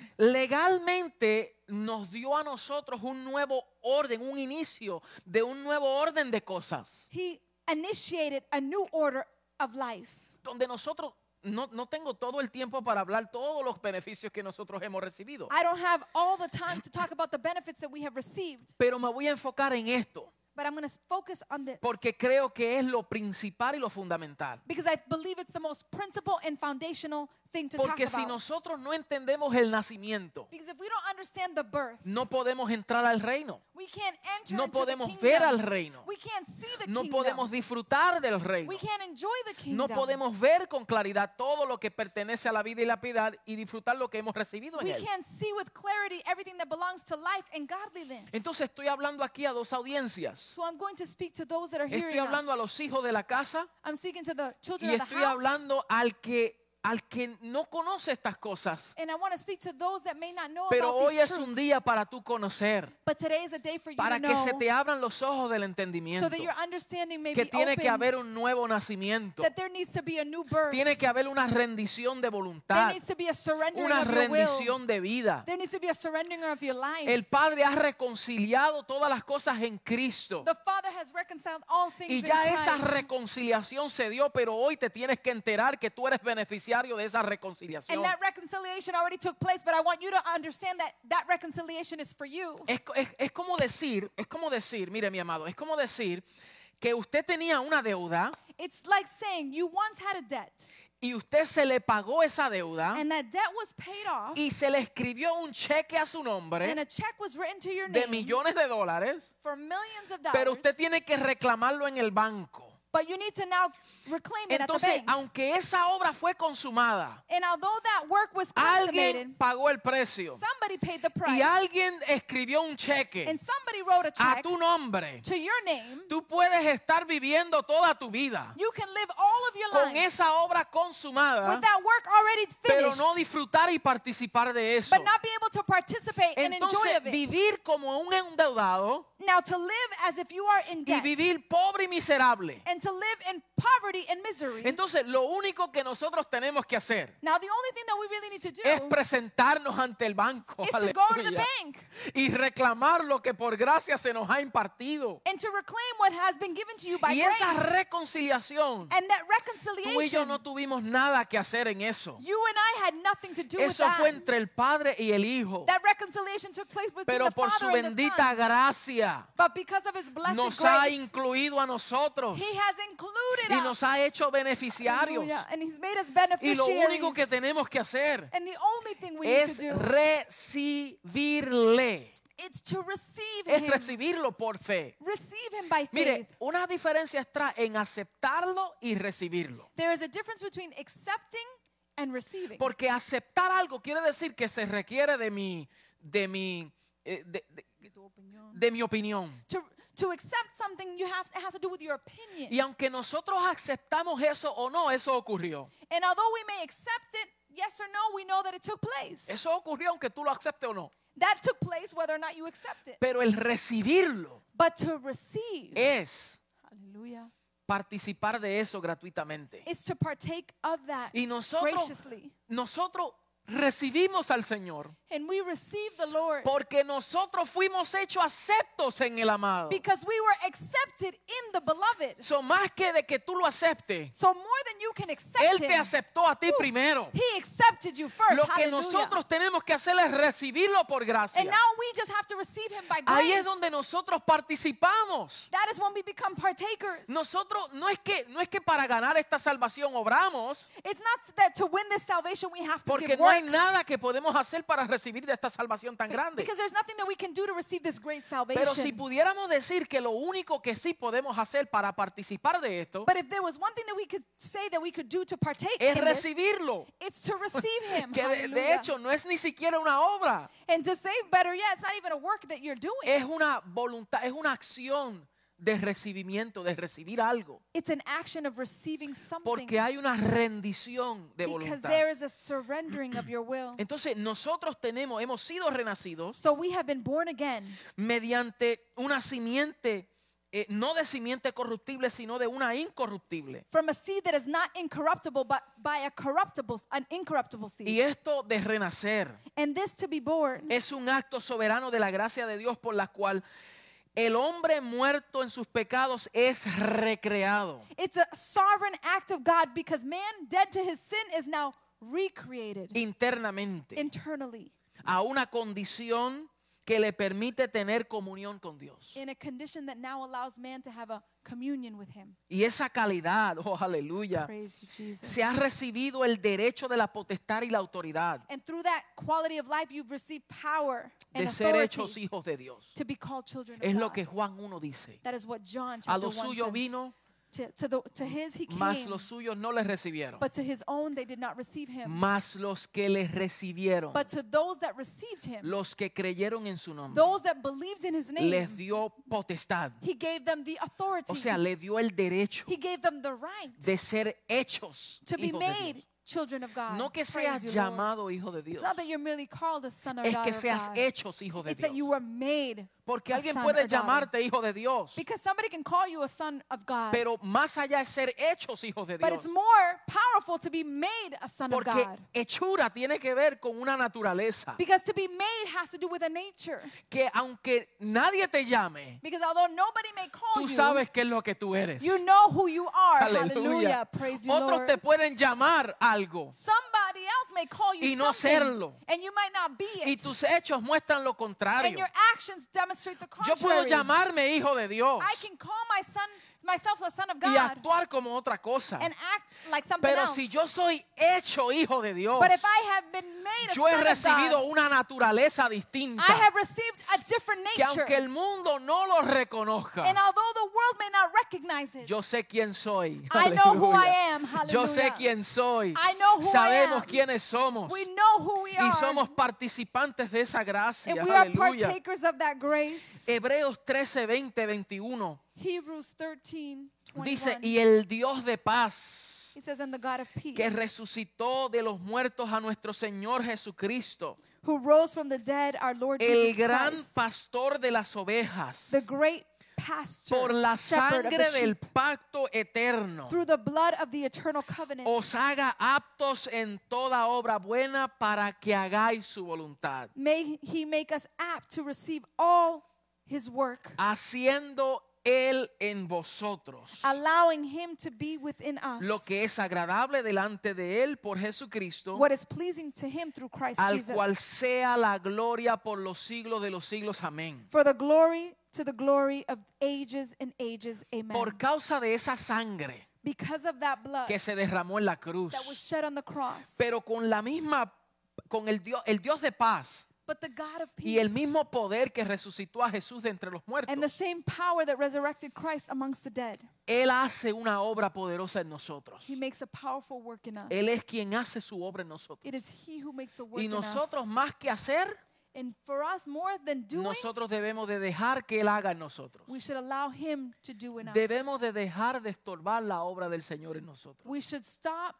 legalmente nos dio a nosotros un nuevo orden, un inicio de un nuevo orden de cosas, He initiated a new order of life. donde nosotros, no, no tengo todo el tiempo para hablar todos los beneficios que nosotros hemos recibido, I don't have all the time to talk about the benefits that we have received, pero me voy a enfocar en esto, but I'm going to focus on this porque creo que es lo principal y lo fundamental. because I believe it's the most principal and foundational thing to talk Porque si about. nosotros no entendemos el nacimiento, because if we don't understand the birth, no podemos entrar al reino, we can't enter no into the podemos kingdom. ver al reino, we can't see the no kingdom. podemos disfrutar del reino, we can't enjoy the no kingdom. podemos ver con claridad todo lo que pertenece a la vida y la piedad y disfrutar lo que hemos recibido en we él. can't see with clarity everything that belongs to life and godliness. Entonces estoy hablando aquí a dos audiencias. so I'm going to speak to those that are Estoy hearing hablando a us. los hijos de la casa I'm speaking to the y children of the estoy house. hablando al que al que no conoce estas cosas. and I want to speak to those that may not know Pero about hoy these es truths. un día para tú conocer, but today is a day for you para to que know se te abran los ojos del so entendimiento. that your understanding may que be tiene que opened, haber un nuevo nacimiento. that there needs to be a new birth. Tiene que haber una rendición de there voluntad, needs to be a surrendering una of your will. rendición de vida. There needs to be a surrendering of your life. El Padre ha reconciliado todas las cosas en Cristo. the Father has reconciled all things Y in ya esa Christ. reconciliación se dio, pero hoy te tienes que enterar que tú eres beneficiario de esa reconciliación. And that reconciliation already took place, but I want you to understand that that reconciliation is for you. Es, co- es- es como decir, es como decir, mire mi amado, es como decir que usted tenía una deuda It's like saying you once had a debt, y usted se le pagó esa deuda and that debt was paid off, Ah. y se le escribió un cheque a su and nombre a check was written to your de name millones de dólares. for millions of pero dollars, usted tiene que reclamarlo en el banco. but you need to now reclaim it at the Entonces, bank. aunque esa obra fue consumada, And although that work was consummated, alguien pagó el precio somebody paid the y price, alguien escribió un cheque and somebody wrote a a check tu nombre. to your name. Tú puedes estar viviendo toda tu vida You can live all of your con life esa obra consumada, with that work already pero finished, no disfrutar y participar de eso. but not be able to participate and enjoy Entonces, of it. vivir como un endeudado Now to live as if you are in y debt vivir pobre y miserable. and to live in poverty and misery. Entonces, lo único que nosotros tenemos que hacer now the only thing that we really need to do es presentarnos ante el banco is to go to the aleluya, bank y reclamar lo que por gracia se nos ha impartido. and to reclaim what has been given to you by Y grace. esa reconciliación, and that tú y yo reconciliation, no tuvimos nada que hacer en eso. you and I had nothing to do with Eso that. fue entre el Padre y el Hijo. that reconciliation took place between Pero the por su Father and the bendita Son. gracia But because of His blessed nos ha grace, incluido a nosotros He has included y us. nos ha hecho beneficiarios. Hallelujah. And He's made us Y beneficiaries. lo único que tenemos que hacer and the only thing we need es to do recibirle, is to receive es Him. recibirlo por fe. receive Him by faith. Mire, una diferencia está en aceptarlo y recibirlo. There is a difference between accepting and receiving. Porque aceptar algo quiere decir que se requiere de mi, de mi, eh, de, de- de mi opinión. to, to accept something, you have it has to do with your opinion. Y aunque nosotros aceptamos eso o no, eso ocurrió. And although we may accept it, yes or no, we know that it took place. Eso ocurrió aunque tú lo aceptes o no. that took place whether or not you accept it. Pero el recibirlo But to receive, Eh. es hallelujah, participar de eso gratuitamente. is to partake of that Y nosotros, graciously. nosotros recibimos al Señor And we receive the Lord porque nosotros fuimos hechos aceptos en el amado. because we were accepted in the beloved. So, más que de que tú lo aceptes, So more than you can accept Él him, te aceptó a ti primero. He accepted you first. Lo que hallelujah. nosotros tenemos que hacer es recibirlo por gracia. And now we just have to receive him by grace. Ahí es donde nosotros participamos. That is when we become partakers. Nosotros no es que no es que para ganar esta salvación obramos, It's not that to win this salvation we have to porque give no hay works. nada que podemos hacer para recibir de esta salvación tan grande. Because there's nothing that we can do to receive this great salvation. Pero si pudiéramos decir que lo único que sí podemos hacer para participar de esto but if there was one thing that we could say that we could do to partake es in this, recibirlo, it's to receive him. que de- de hallelujah. hecho no es ni siquiera una obra. and to say better yet, it's not even a work that you're doing. es una voluntad, es una acción de recibimiento, de recibir algo. it's an action of receiving something. Porque hay una rendición de because voluntad. there is a surrendering of your will. Entonces nosotros tenemos, hemos sido renacidos So we have been born again mediante una simiente eh, no de simiente corruptible, sino de una incorruptible. from a seed that is not incorruptible, but by a corruptible, an incorruptible Y seed. esto de renacer And this to be born es un acto soberano de la gracia de Dios por la cual el hombre muerto en sus pecados es recreado. It's a sovereign act of God because man, dead to his sin, is now recreated internamente internally a una condición que le permite tener comunión con Dios. in a condition that now allows man to have a communion with him. Y esa calidad, oh aleluya, Praise you, Jesus. se ha recibido el derecho de la potestad y la autoridad And through that quality of life, you've received power and de ser hechos authority hijos de Dios. to be called children Es lo of que God. Juan 1 dice. That is what John A chapter lo 1 suyo says. vino, To, to, the, to his he mas came, los suyos no les recibieron. but to his own they did not receive him. Mas los que les recibieron, But to those that received him, los que creyeron en su nombre, those that believed in his les name, dio potestad. he gave them the O authority. sea, le dio el derecho He gave them the right de ser hechos to be hijos de Dios. made children of God. No que Praise seas you, Lord. llamado hijo de Dios. It's not that you're merely called a son or Es daughter que of seas God. hechos hijo de it's that you Dios. were made. Porque a alguien son puede or daughter. llamarte hijo de Dios. Because somebody can call you a son of God. Pero más allá es ser hechos hijos de but it's Dios. more powerful to be made a son of Porque God. hechura tiene que ver con una naturaleza. Because to be made has to do with a nature. Que aunque nadie te llame, Because although nobody may call tú sabes qué es lo que tú eres. you, you know who you are. Aleluya. Praise you, Otros Lord. te pueden llamar algo. Somebody else may call you Y no something, serlo. and you might not be Y it. tus hechos muestran lo and contrario. your actions demonstrate the Yo contrary. puedo llamarme hijo de Dios I can call my son myself a son of y God actuar como otra cosa. and act like something Pero else. si yo soy hecho hijo de Dios, but if I have been made a yo he son of recibido God, una naturaleza distinta I have received a different que nature. aunque el mundo no lo reconozca, and although the world may not recognize it, yo sé quién soy. I know who I Aleluya. am. Yo sé Hallelujah. quién soy. I know who I am. Sabemos quiénes somos we know who we y are. somos participantes de esa gracia. and we are Aleluya. partakers of that grace. Hebreos 13, 20, 21 Hebrews 13, 21. dice, y el Dios de paz he says, and the God of peace, que resucitó de los muertos a nuestro Señor Jesucristo, who rose from the dead, our Lord el Jesus gran Christ, pastor de las ovejas. the great pastor, por la shepherd of the sangre del sheep. pacto eterno through the blood of the eternal covenant os haga aptos en toda obra buena para que hagáis su voluntad, may he make us apt to receive all his work haciendo él en vosotros allowing him to be within us lo que es agradable delante de él por Jesucristo, what is pleasing to him through Christ al Jesus cual sea la gloria por los siglos de los siglos. Amén. for the glory to the glory of ages and ages amen Por causa de esa sangre because of that blood que se derramó en la cruz, that was shed on the cross pero con la misma, con el Dios, el Dios de paz. but the God of peace Y el mismo poder que resucitó a Jesús de entre los muertos, and the same power that resurrected Christ amongst the dead Él hace una obra poderosa en nosotros. he makes a powerful work in us Él es quien hace su obra en nosotros. it is he who makes the work Y in nosotros us más que hacer, and for us more than doing nosotros debemos de dejar que Él haga en nosotros. We should allow him to do in Debemos us. de dejar de estorbar la obra del Señor en nosotros. We should stop,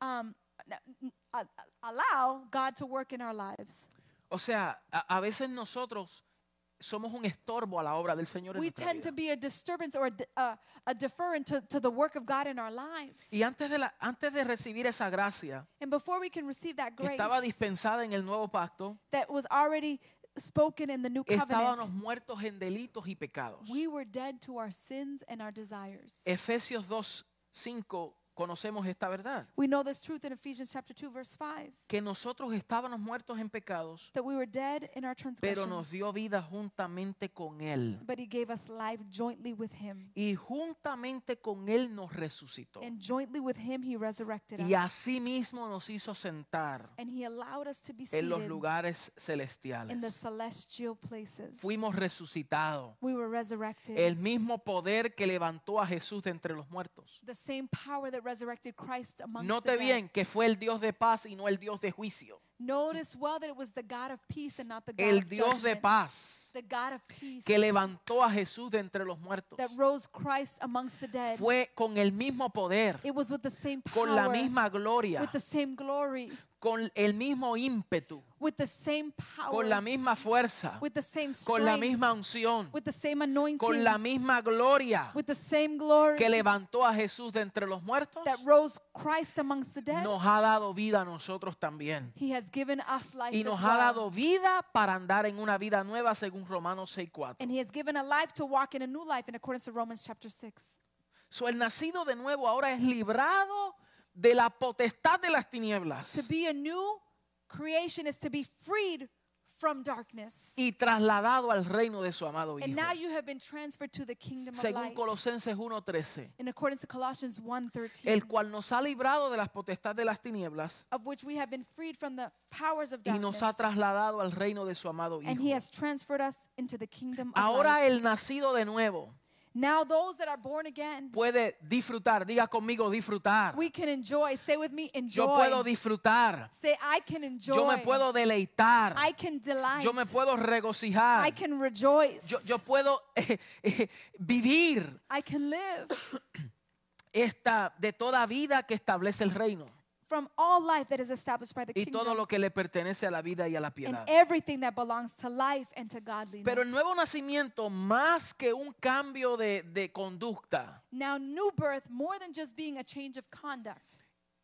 um, n- n- a- a- allow God to work in our lives. O sea, a, a veces nosotros somos un estorbo a la obra del Señor en We nuestra tend to vida. be a disturbance or a, di- a, a deferent to, to the work of God in our lives. Y antes de, la- antes de recibir esa gracia And before we can receive that que grace estaba dispensada en el nuevo pacto, that was already spoken in the new estábamos covenant, muertos en delitos y pecados. we were dead to our sins and our desires. Eh. Efesios 2, 5, conocemos esta verdad, We know this truth in Ephesians chapter 2, verse 5, que nosotros estábamos muertos en pecados, that we were dead in our pero nos transgressions, dio vida juntamente con Él. but he gave us life jointly with him. Y juntamente con Él nos resucitó. And jointly with him he resurrected Y us. así mismo nos hizo sentar And he allowed us to be en seated los lugares in the celestiales. celestial places. Fuimos resucitados. we were resurrected. El mismo poder que levantó a Jesús de entre los muertos. the same power that resurrected Christ amongst the Note dead. bien que fue el Dios de paz y no el Dios de juicio. Notice well that it was the God of peace and not the God El of Dios de judgment. paz The God of peace que levantó a Jesús de entre los muertos that rose Christ amongst the dead. fue con el mismo poder, it was with the same power, con la misma gloria, with the same glory, con el mismo ímpetu, with the same power, con la misma fuerza, with the same strength, con la misma unción, with the same anointing, con la misma gloria with the same glory que levantó a Jesús de entre los muertos, that rose Christ amongst the dead. nos ha dado vida a nosotros también. He has given us life Y nos as ha well. dado vida para andar en una vida nueva según Romanos 6.4. and he has given a life to walk in a new life in accordance to Romans chapter 6. So, el nacido de nuevo ahora es librado de la potestad de las tinieblas To be a new creation is to be freed from darkness. y trasladado al reino de su amado And Oh, Hijo. now you have been transferred to the kingdom of Según light. Colosenses 1.13, In accordance to Colossians 1:13, el cual nos ha librado de las potestad de las tinieblas of which we have been freed from the powers of y darkness. nos ha trasladado al reino de su amado and he Hijo. has transferred us into the kingdom of Ahora light. el nacido de nuevo now those that are born again, puede disfrutar, diga conmigo disfrutar. we can enjoy. Say with me, enjoy. Yo puedo disfrutar, Say I can enjoy. yo me puedo deleitar, I can delight. yo me puedo I regocijar, can rejoice. yo, yo puedo eh, eh, vivir I can live esta de toda vida que establece el reino from all life that is established by the y kingdom todo lo que le pertenece a la vida y a la and piedad. everything that belongs to life and to godliness. Pero el nuevo nacimiento, más que un cambio de, de conducta, now new birth, more than just being a change of conduct,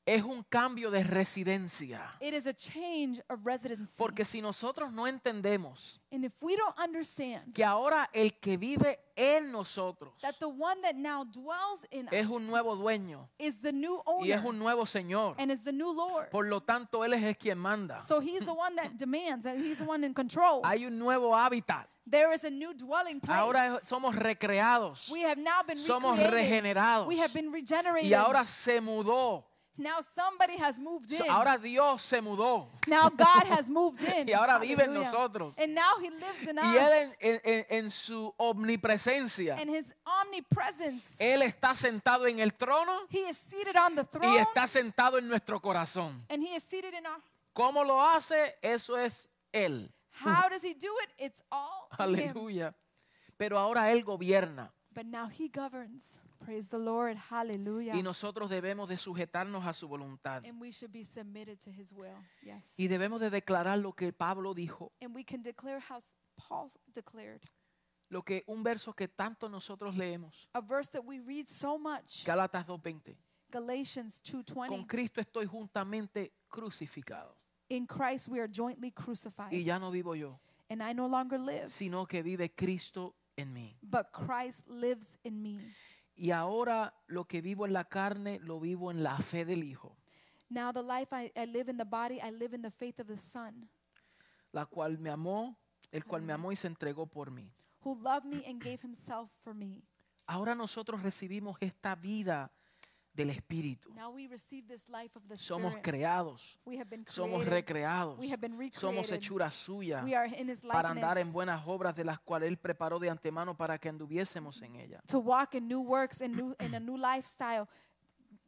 es un cambio de residencia. it is a change of residency. Porque si nosotros no entendemos and if we don't understand que ahora el que vive en nosotros that the one that now dwells in es us un nuevo dueño is the new y owner es un nuevo señor, and is the new Lord. por lo tanto Él es el quien manda. so he's the one that demands and he's the one in control. Hay un nuevo hábitat. there is a new dwelling place. Ahora es- somos recreados we have now been somos recreated. regenerados. We have been regenerated. y ahora se mudó. now somebody has moved in. Ahora Dios se mudó. Now God has moved in. Y ahora vive en Hallelujah. nosotros. And now he lives in Y Él us. en, en- en- en su omnipresencia, And his omnipresence. Él está sentado en el trono He is seated on the y throne. está sentado en nuestro corazón. And he is seated in our ¿Cómo lo hace? Eso es Él. How does he do it? It's all him. Aleluya. Pero ahora Él gobierna But now he governs. Praise the Lord. Hallelujah. y nosotros debemos de sujetarnos a su voluntad. and we should be submitted to his will. Yes. Y debemos de declarar lo que Pablo dijo, and we can declare how s- Paul declared. lo que un verso que tanto nosotros leemos, A verse that we read so much. Galatas 2:20. Galatians Con 2:20. Cristo estoy juntamente crucificado. In Christ we are jointly Y crucified. ya no vivo yo, And I no longer live. sino que vive Cristo en mí. but Christ lives in me. Y ahora lo que vivo en la carne, lo vivo en la fe del Hijo, Now the life I, I live in the body, I live in the faith of the Son, la cual me amó, el cual me amó y se entregó por mí. who loved me and gave himself for me. Ahora nosotros recibimos esta vida del Espíritu. Now we receive this life of the Somos Spirit. creados, We have been somos created. recreados, We have been somos recreated. hechura suya We are in his para andar likeness en buenas obras de las cuales Él preparó de antemano para que anduviésemos en ella. to walk in new works and new in a new lifestyle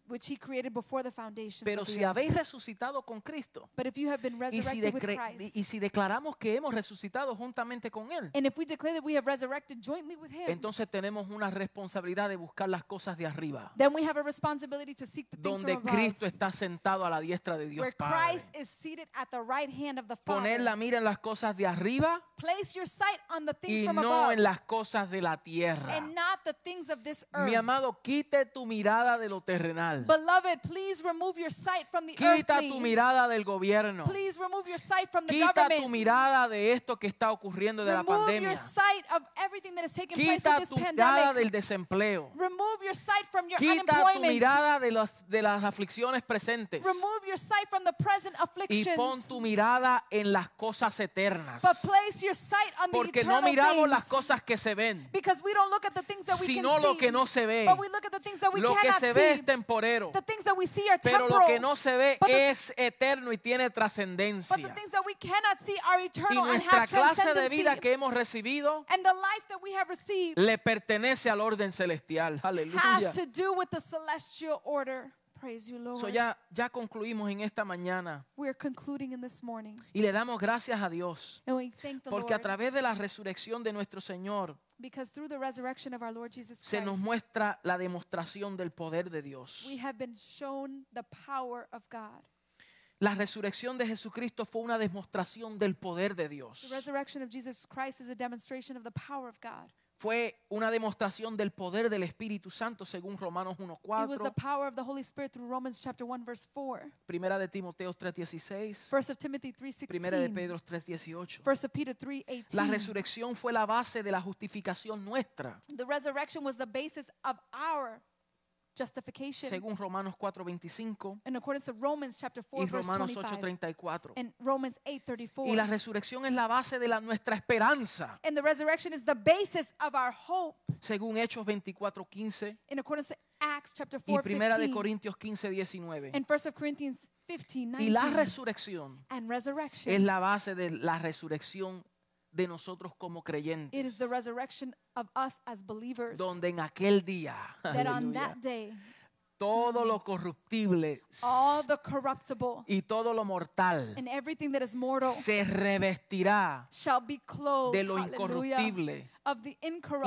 which he created before the foundation. Pero si habéis resucitado con Cristo, but if you have been Y si, resurrected with decre- Christ, y si declaramos que hemos resucitado juntamente con Él, and if we declare that we have resurrected jointly with him, entonces tenemos una responsabilidad de buscar las cosas de arriba, then we have a responsibility to seek the things donde from above. Cristo está sentado a la diestra de Dios where Padre. Christ is seated at the right hand of the Poner Father. la mira en las cosas de arriba Place your sight on the things y from no above en las cosas de la tierra. and not the things of this earth. Mi amado, quite tu mirada de lo terrenal. Beloved, please remove your sight from the Quita tu earthly. mirada del gobierno. Please remove your sight from the Quita tu government. mirada de esto que está ocurriendo de la Remove pandemia. your sight of everything that is taking place Quita with this tu mirada pandemic. del desempleo. Remove your sight from your Quita tu unemployment. mirada de las, de las aflicciones presentes Remove your sight from the present y pon afflictions. tu mirada en las cosas eternas. But place your sight on the Porque no eternal miramos las things. cosas que se ven, Because we don't look at the things that we can sino lo see. que no se ve. But we look at the things that we Lo que cannot se ve see. es temporero, The things that we see are pero temporal. lo que no se ve But the- es eterno y tiene but the trascendencia. things that we cannot see are Y eternal and nuestra have clase de transcendency. vida que hemos recibido and the life that we have received le pertenece al orden celestial. Aleluya. has to do with the celestial order. Praise you, Lord. So ya, ya concluimos en esta mañana We're concluding in this morning. y le damos gracias a Dios. And we thank the Porque a Lord través de la resurrección de nuestro Señor because through the resurrection of our Lord Jesus se Christ, nos muestra la demostración del poder de Dios. we have been shown the power of God. La resurrección de Jesucristo fue una demostración del poder de Dios. The resurrection of Jesus Christ is a demonstration of the power of God. Fue una demostración del poder del Espíritu Santo según Romanos It was the 1.4, power of the Holy Spirit through Romans chapter 1 verse 4. Primera de Timoteo 3.16, First of Timothy Primera de 3:16. Pedro 3.18. First of Peter La 3:18. resurrección fue la base de la justificación nuestra, The resurrection was the basis of our justification según Romanos 4:25 in accordance to Romans chapter 4 y verse Romanos 25 8:34. and Romans Y la 8:34. resurrección es la base de la, nuestra esperanza, And the resurrection is the basis of our hope según Hechos 24:15 in accordance to Acts chapter y 4 Primera de 15 Corintios 15:19. and First of Corinthians 15 Y la 19. resurrección And es resurrection la base de la resurrección de nosotros como it creyentes, is the resurrection of us as believers donde en aquel día that on aleluya, that day todo lo corruptible all the corruptible y todo lo mortal and everything that is mortal se revestirá shall be clothed de lo hallelujah, incorruptible of the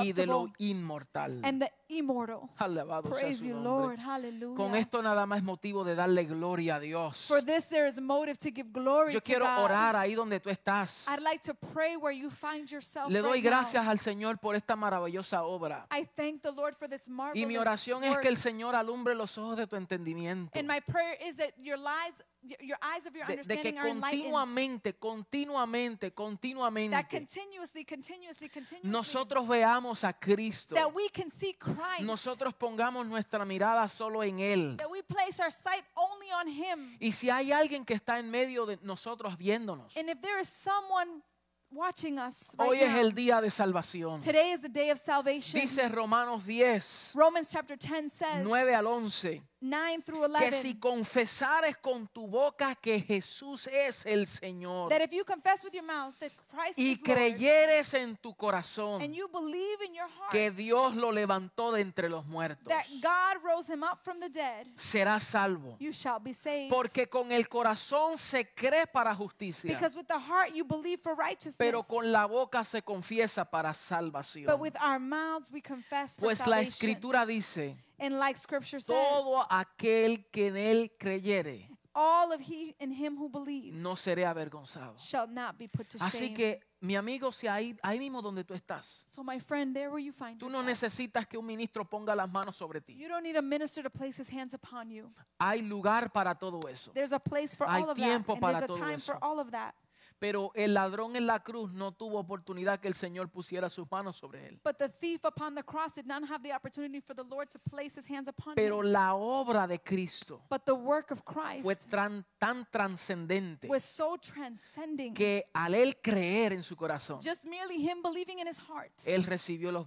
y de lo incorruptible inmortal. and the immortal. Alabado sea Praise su you, Lord. nombre. Hallelujah. Con esto nada más es motivo de darle gloria a Dios. For this, there is motive to give glory Yo to quiero God. orar ahí donde tú estás. I'd like to pray where you find yourself. Le doy right now. gracias al Señor por esta maravillosa obra. I thank the Lord for this marvelous Y mi oración es work. que el Señor alumbre los ojos de tu entendimiento. And my prayer is that your lives, y- your eyes of your De, de que understanding are enlightened. continuamente, continuamente, That continuamente continuously, continuously, continuously, nosotros veamos a Cristo. that we can see Christ. Nosotros pongamos nuestra mirada solo en Él. that we place our sight only on Him. Y si hay alguien que está en medio de nosotros viéndonos, And if there is someone watching us right hoy es now, el día de salvación. today is the day of salvation. Dice Romanos 10, Romans chapter 10 says 9 al 11, 9 through que 11 si confesares con tu boca que Jesús es el Señor that if you confess with your mouth that Christ y is Lord creyeres en tu corazón and you believe in your heart que Dios lo levantó de entre los muertos, that God rose him up from the dead, serás salvo. you shall be saved. Porque con el corazón se cree para justicia, because with the heart you believe for righteousness, pero con la boca se confiesa para salvación. but with our mouths we confess for Pues la salvation. escritura dice, and like scripture says, todo aquel que en él creyere all of he in him who believes no será avergonzado. shall not be put to Así shame. que, mi amigo, si ahí, ahí mismo donde tú estás, so my friend, there where you find tú no yourself, necesitas que un ministro ponga las manos sobre ti. you don't need a minister to place his hands upon you. Hay lugar para todo eso. There's a place for Hay all of tiempo that, para and there's a todo time for eso. all of that. Pero el ladrón en la cruz no tuvo oportunidad que el Señor pusiera sus manos sobre él. But the thief upon the cross did not have the opportunity for the Lord to place his hands upon Pero him. la obra de Cristo But the work of fue Christ tran- tan trascendente was so transcending. que al él creer en su corazón, Just merely him believing in his heart, él recibió los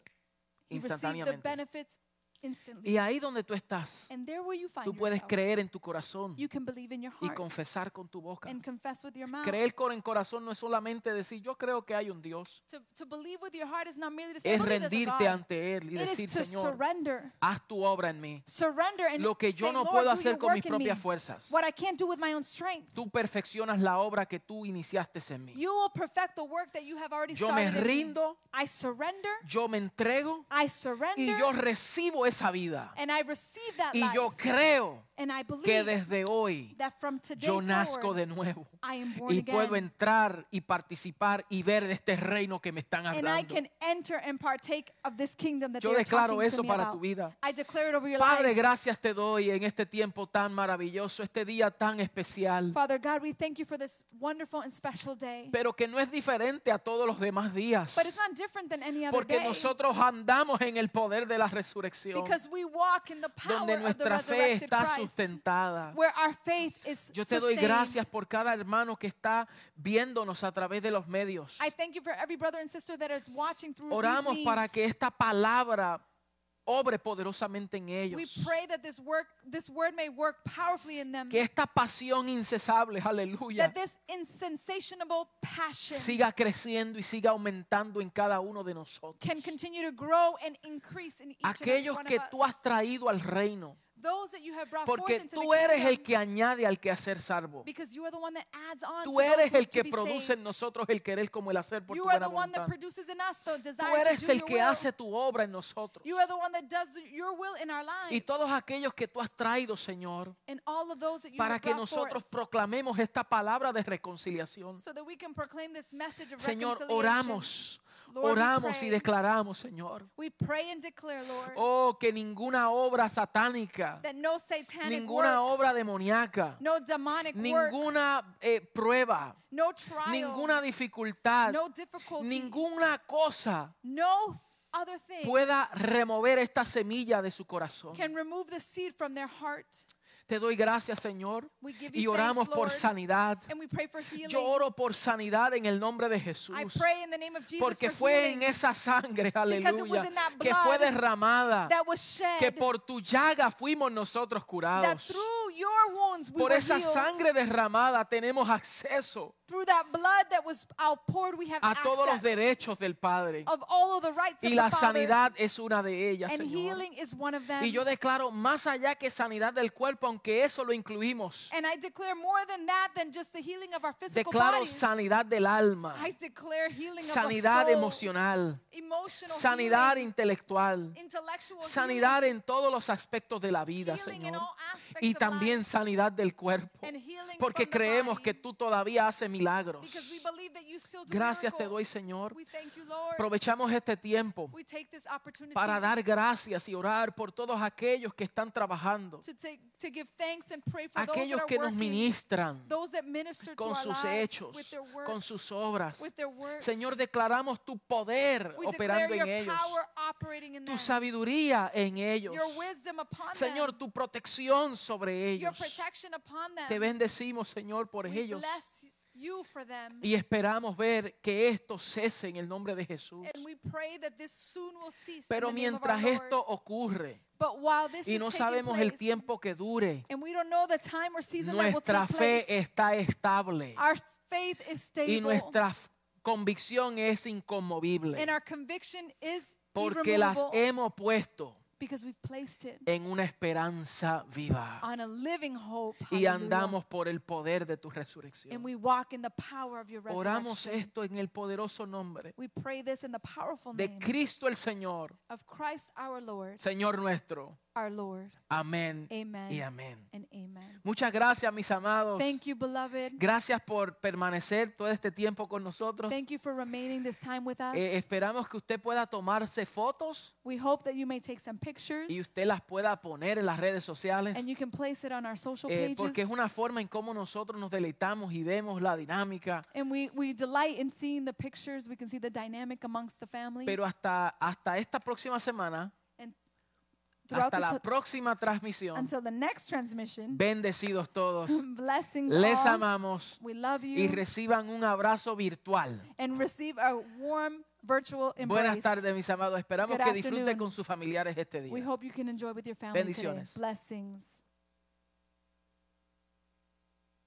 he received the Eh, instantáneamente. benefits instantly. Y ahí donde tú estás, And there where you find tú puedes yourself, creer en tu corazón you can believe in your y heart confesar con tu boca. and confess with your mouth. Creer con el corazón no es solamente decir yo creo que hay un Dios, To, to believe with your heart is not merely to say, es "Believe there's a rendirte God." ante él y It decir is to Señor, surrender. haz tu obra en mí. Surrender and Lo que say, yo no "Lord, puedo do your hacer con mis work in me." propias fuerzas, What I can't do with my own strength. tú perfeccionas la obra que tú iniciaste en mí. You will perfect the work that you have already Yo me started. in me. rindo, I surrender. yo me entrego I y surrender. yo recibo esa vida. and I receive that Y life. yo creo and I que believe desde hoy that from today yo nazco forward, de nuevo. I am born Y puedo again. entrar y participar y ver de este reino que me están And I hablando. can enter and partake of this kingdom that Yo they are declaro talking eso to me para about. tu vida. I declare it over your Padre, life. gracias te doy en este tiempo tan maravilloso, este día tan especial, Father God, we thank you for this wonderful and special day. pero que no es diferente a todos los demás días, but it's not different than any other porque day. nosotros andamos en el poder de la resurrección, because we walk in the power donde of the nuestra fe resurrected está Christ. sustentada. Where our faith is Yo te doy sustained. gracias por cada hermano que está viéndonos a través de los medios. I thank you for every brother and sister that is watching through Oramos these para means. que esta palabra obre poderosamente en we ellos. pray that this work, this word may work powerfully in them. Que esta pasión incesable, aleluya, that this insatiable passion siga creciendo y siga aumentando en cada uno de nosotros. can continue to grow and increase in each and every Aquellos one que of tú us. has traído al reino, those that you have brought Porque forth into tú the eres kingdom, el que añade al que hacer salvo. because you are the one that adds on Tú to those eres who el to que be produce en saved. nosotros el querer como el hacer por tu You are buena the one that voluntad. produces in us the Tú desire to eres do el your que will. hace tu obra en nosotros. You are the one that does your will in our lives. Y todos aquellos que tú has traído, Señor, and all of those that you para have que brought nosotros forth, proclamemos esta palabra de reconciliación. so that we can proclaim this message of Señor, reconciliation. oramos, Lord, we oramos y pray. declaramos, Señor, We pray and declare, Lord, oh, que ninguna obra satánica, that no satanic ninguna work, obra demoníaca, no demonic work, ninguna eh, prueba, no trial, ninguna dificultad, no difficulty, ninguna cosa no other thing pueda remover esta semilla de su corazón. can remove the seed from their heart. Te doy gracias, Señor, We give y you thanks, oramos por Lord. sanidad. And we pray for healing. Yo oro por sanidad en el nombre de Jesús. I pray in the name of Jesus Porque for fue en healing esa sangre, it was aleluya, in that que fue blood derramada, that was shed, que por tu llaga fuimos nosotros that curados. through your wounds we Por were esa healed. sangre derramada tenemos acceso through that blood that was outpoured, we have a todos los access derechos del Padre. of all of the rights Y of la the Father, sanidad es una de ellas, and Señor. healing is one of them. Y yo declaro más allá que sanidad del cuerpo, aunque eso lo incluimos. and I declare more than that than just the healing of our physical Declaro bodies. sanidad del alma, I declare healing sanidad of our soul, emocional, emotional sanidad healing, intelectual, intellectual sanidad en todos los aspectos de la vida, healing, healing in Señor. all aspects Y of life, también sanidad del cuerpo. and healing Porque from the creemos body, que tú todavía haces milagros. because we believe that you still do Gracias te miracles. doy, Señor. We thank you, Lord. Aprovechamos este tiempo we take this opportunity para dar gracias y orar por todos aquellos que están trabajando, to, take, to give thanks and pray for those that aquellos are que nos working, ministran those that minister to con our sus lives hechos, with their works, con sus obras. with their works. Señor, declaramos tu poder we declare operando your en ellos, power operating in tu them, sabiduría en ellos, your wisdom upon Señor, them, tu protección sobre your ellos. protection upon them. Te bendecimos, Señor, por we ellos. bless you for them. Y esperamos ver que esto cese en el nombre de Jesús. And we pray that this soon will cease. in Pero the name of mientras our Lord. esto ocurre But while this y is no taking sabemos el place, tiempo que dure, and we don't know the time or season that will nuestra take place, fe está estable our faith is stable y nuestra f- convicción es inconmovible and our conviction is porque las irremovable hemos puesto because we've placed it en una esperanza viva on a living hope. y Ah, Hallelujah. andamos por el poder de tu and resurrección. we walk in the power of your Oramos resurrection. esto en el poderoso nombre We pray this in the powerful de name Cristo el Señor, of Christ our Lord, Señor nuestro. our Lord. Amén y Amen amén. and amen. Muchas gracias, mis amados. Thank you, beloved. Gracias por permanecer todo este tiempo con nosotros. Thank you for remaining this time with us. Eh, esperamos que usted pueda tomarse fotos We hope that you may take some pictures y usted las pueda poner en las redes sociales. and you can place it on our social eh, pages. porque es una forma en cómo nosotros nos deleitamos y vemos la dinámica. And we, we delight in seeing the pictures. We can see the dynamic amongst the family. Pero hasta, hasta esta próxima semana, and throughout hasta this, la whole- próxima transmisión, until the next transmission, bendecidos todos. blessings Les all. amamos We love y you. reciban un abrazo virtual. and receive a warm virtual embrace. Buenas tardes, mis amados. Esperamos Good que disfruten afternoon. con sus familiares este We día. hope you can enjoy with your family today. Bendiciones. Blessings.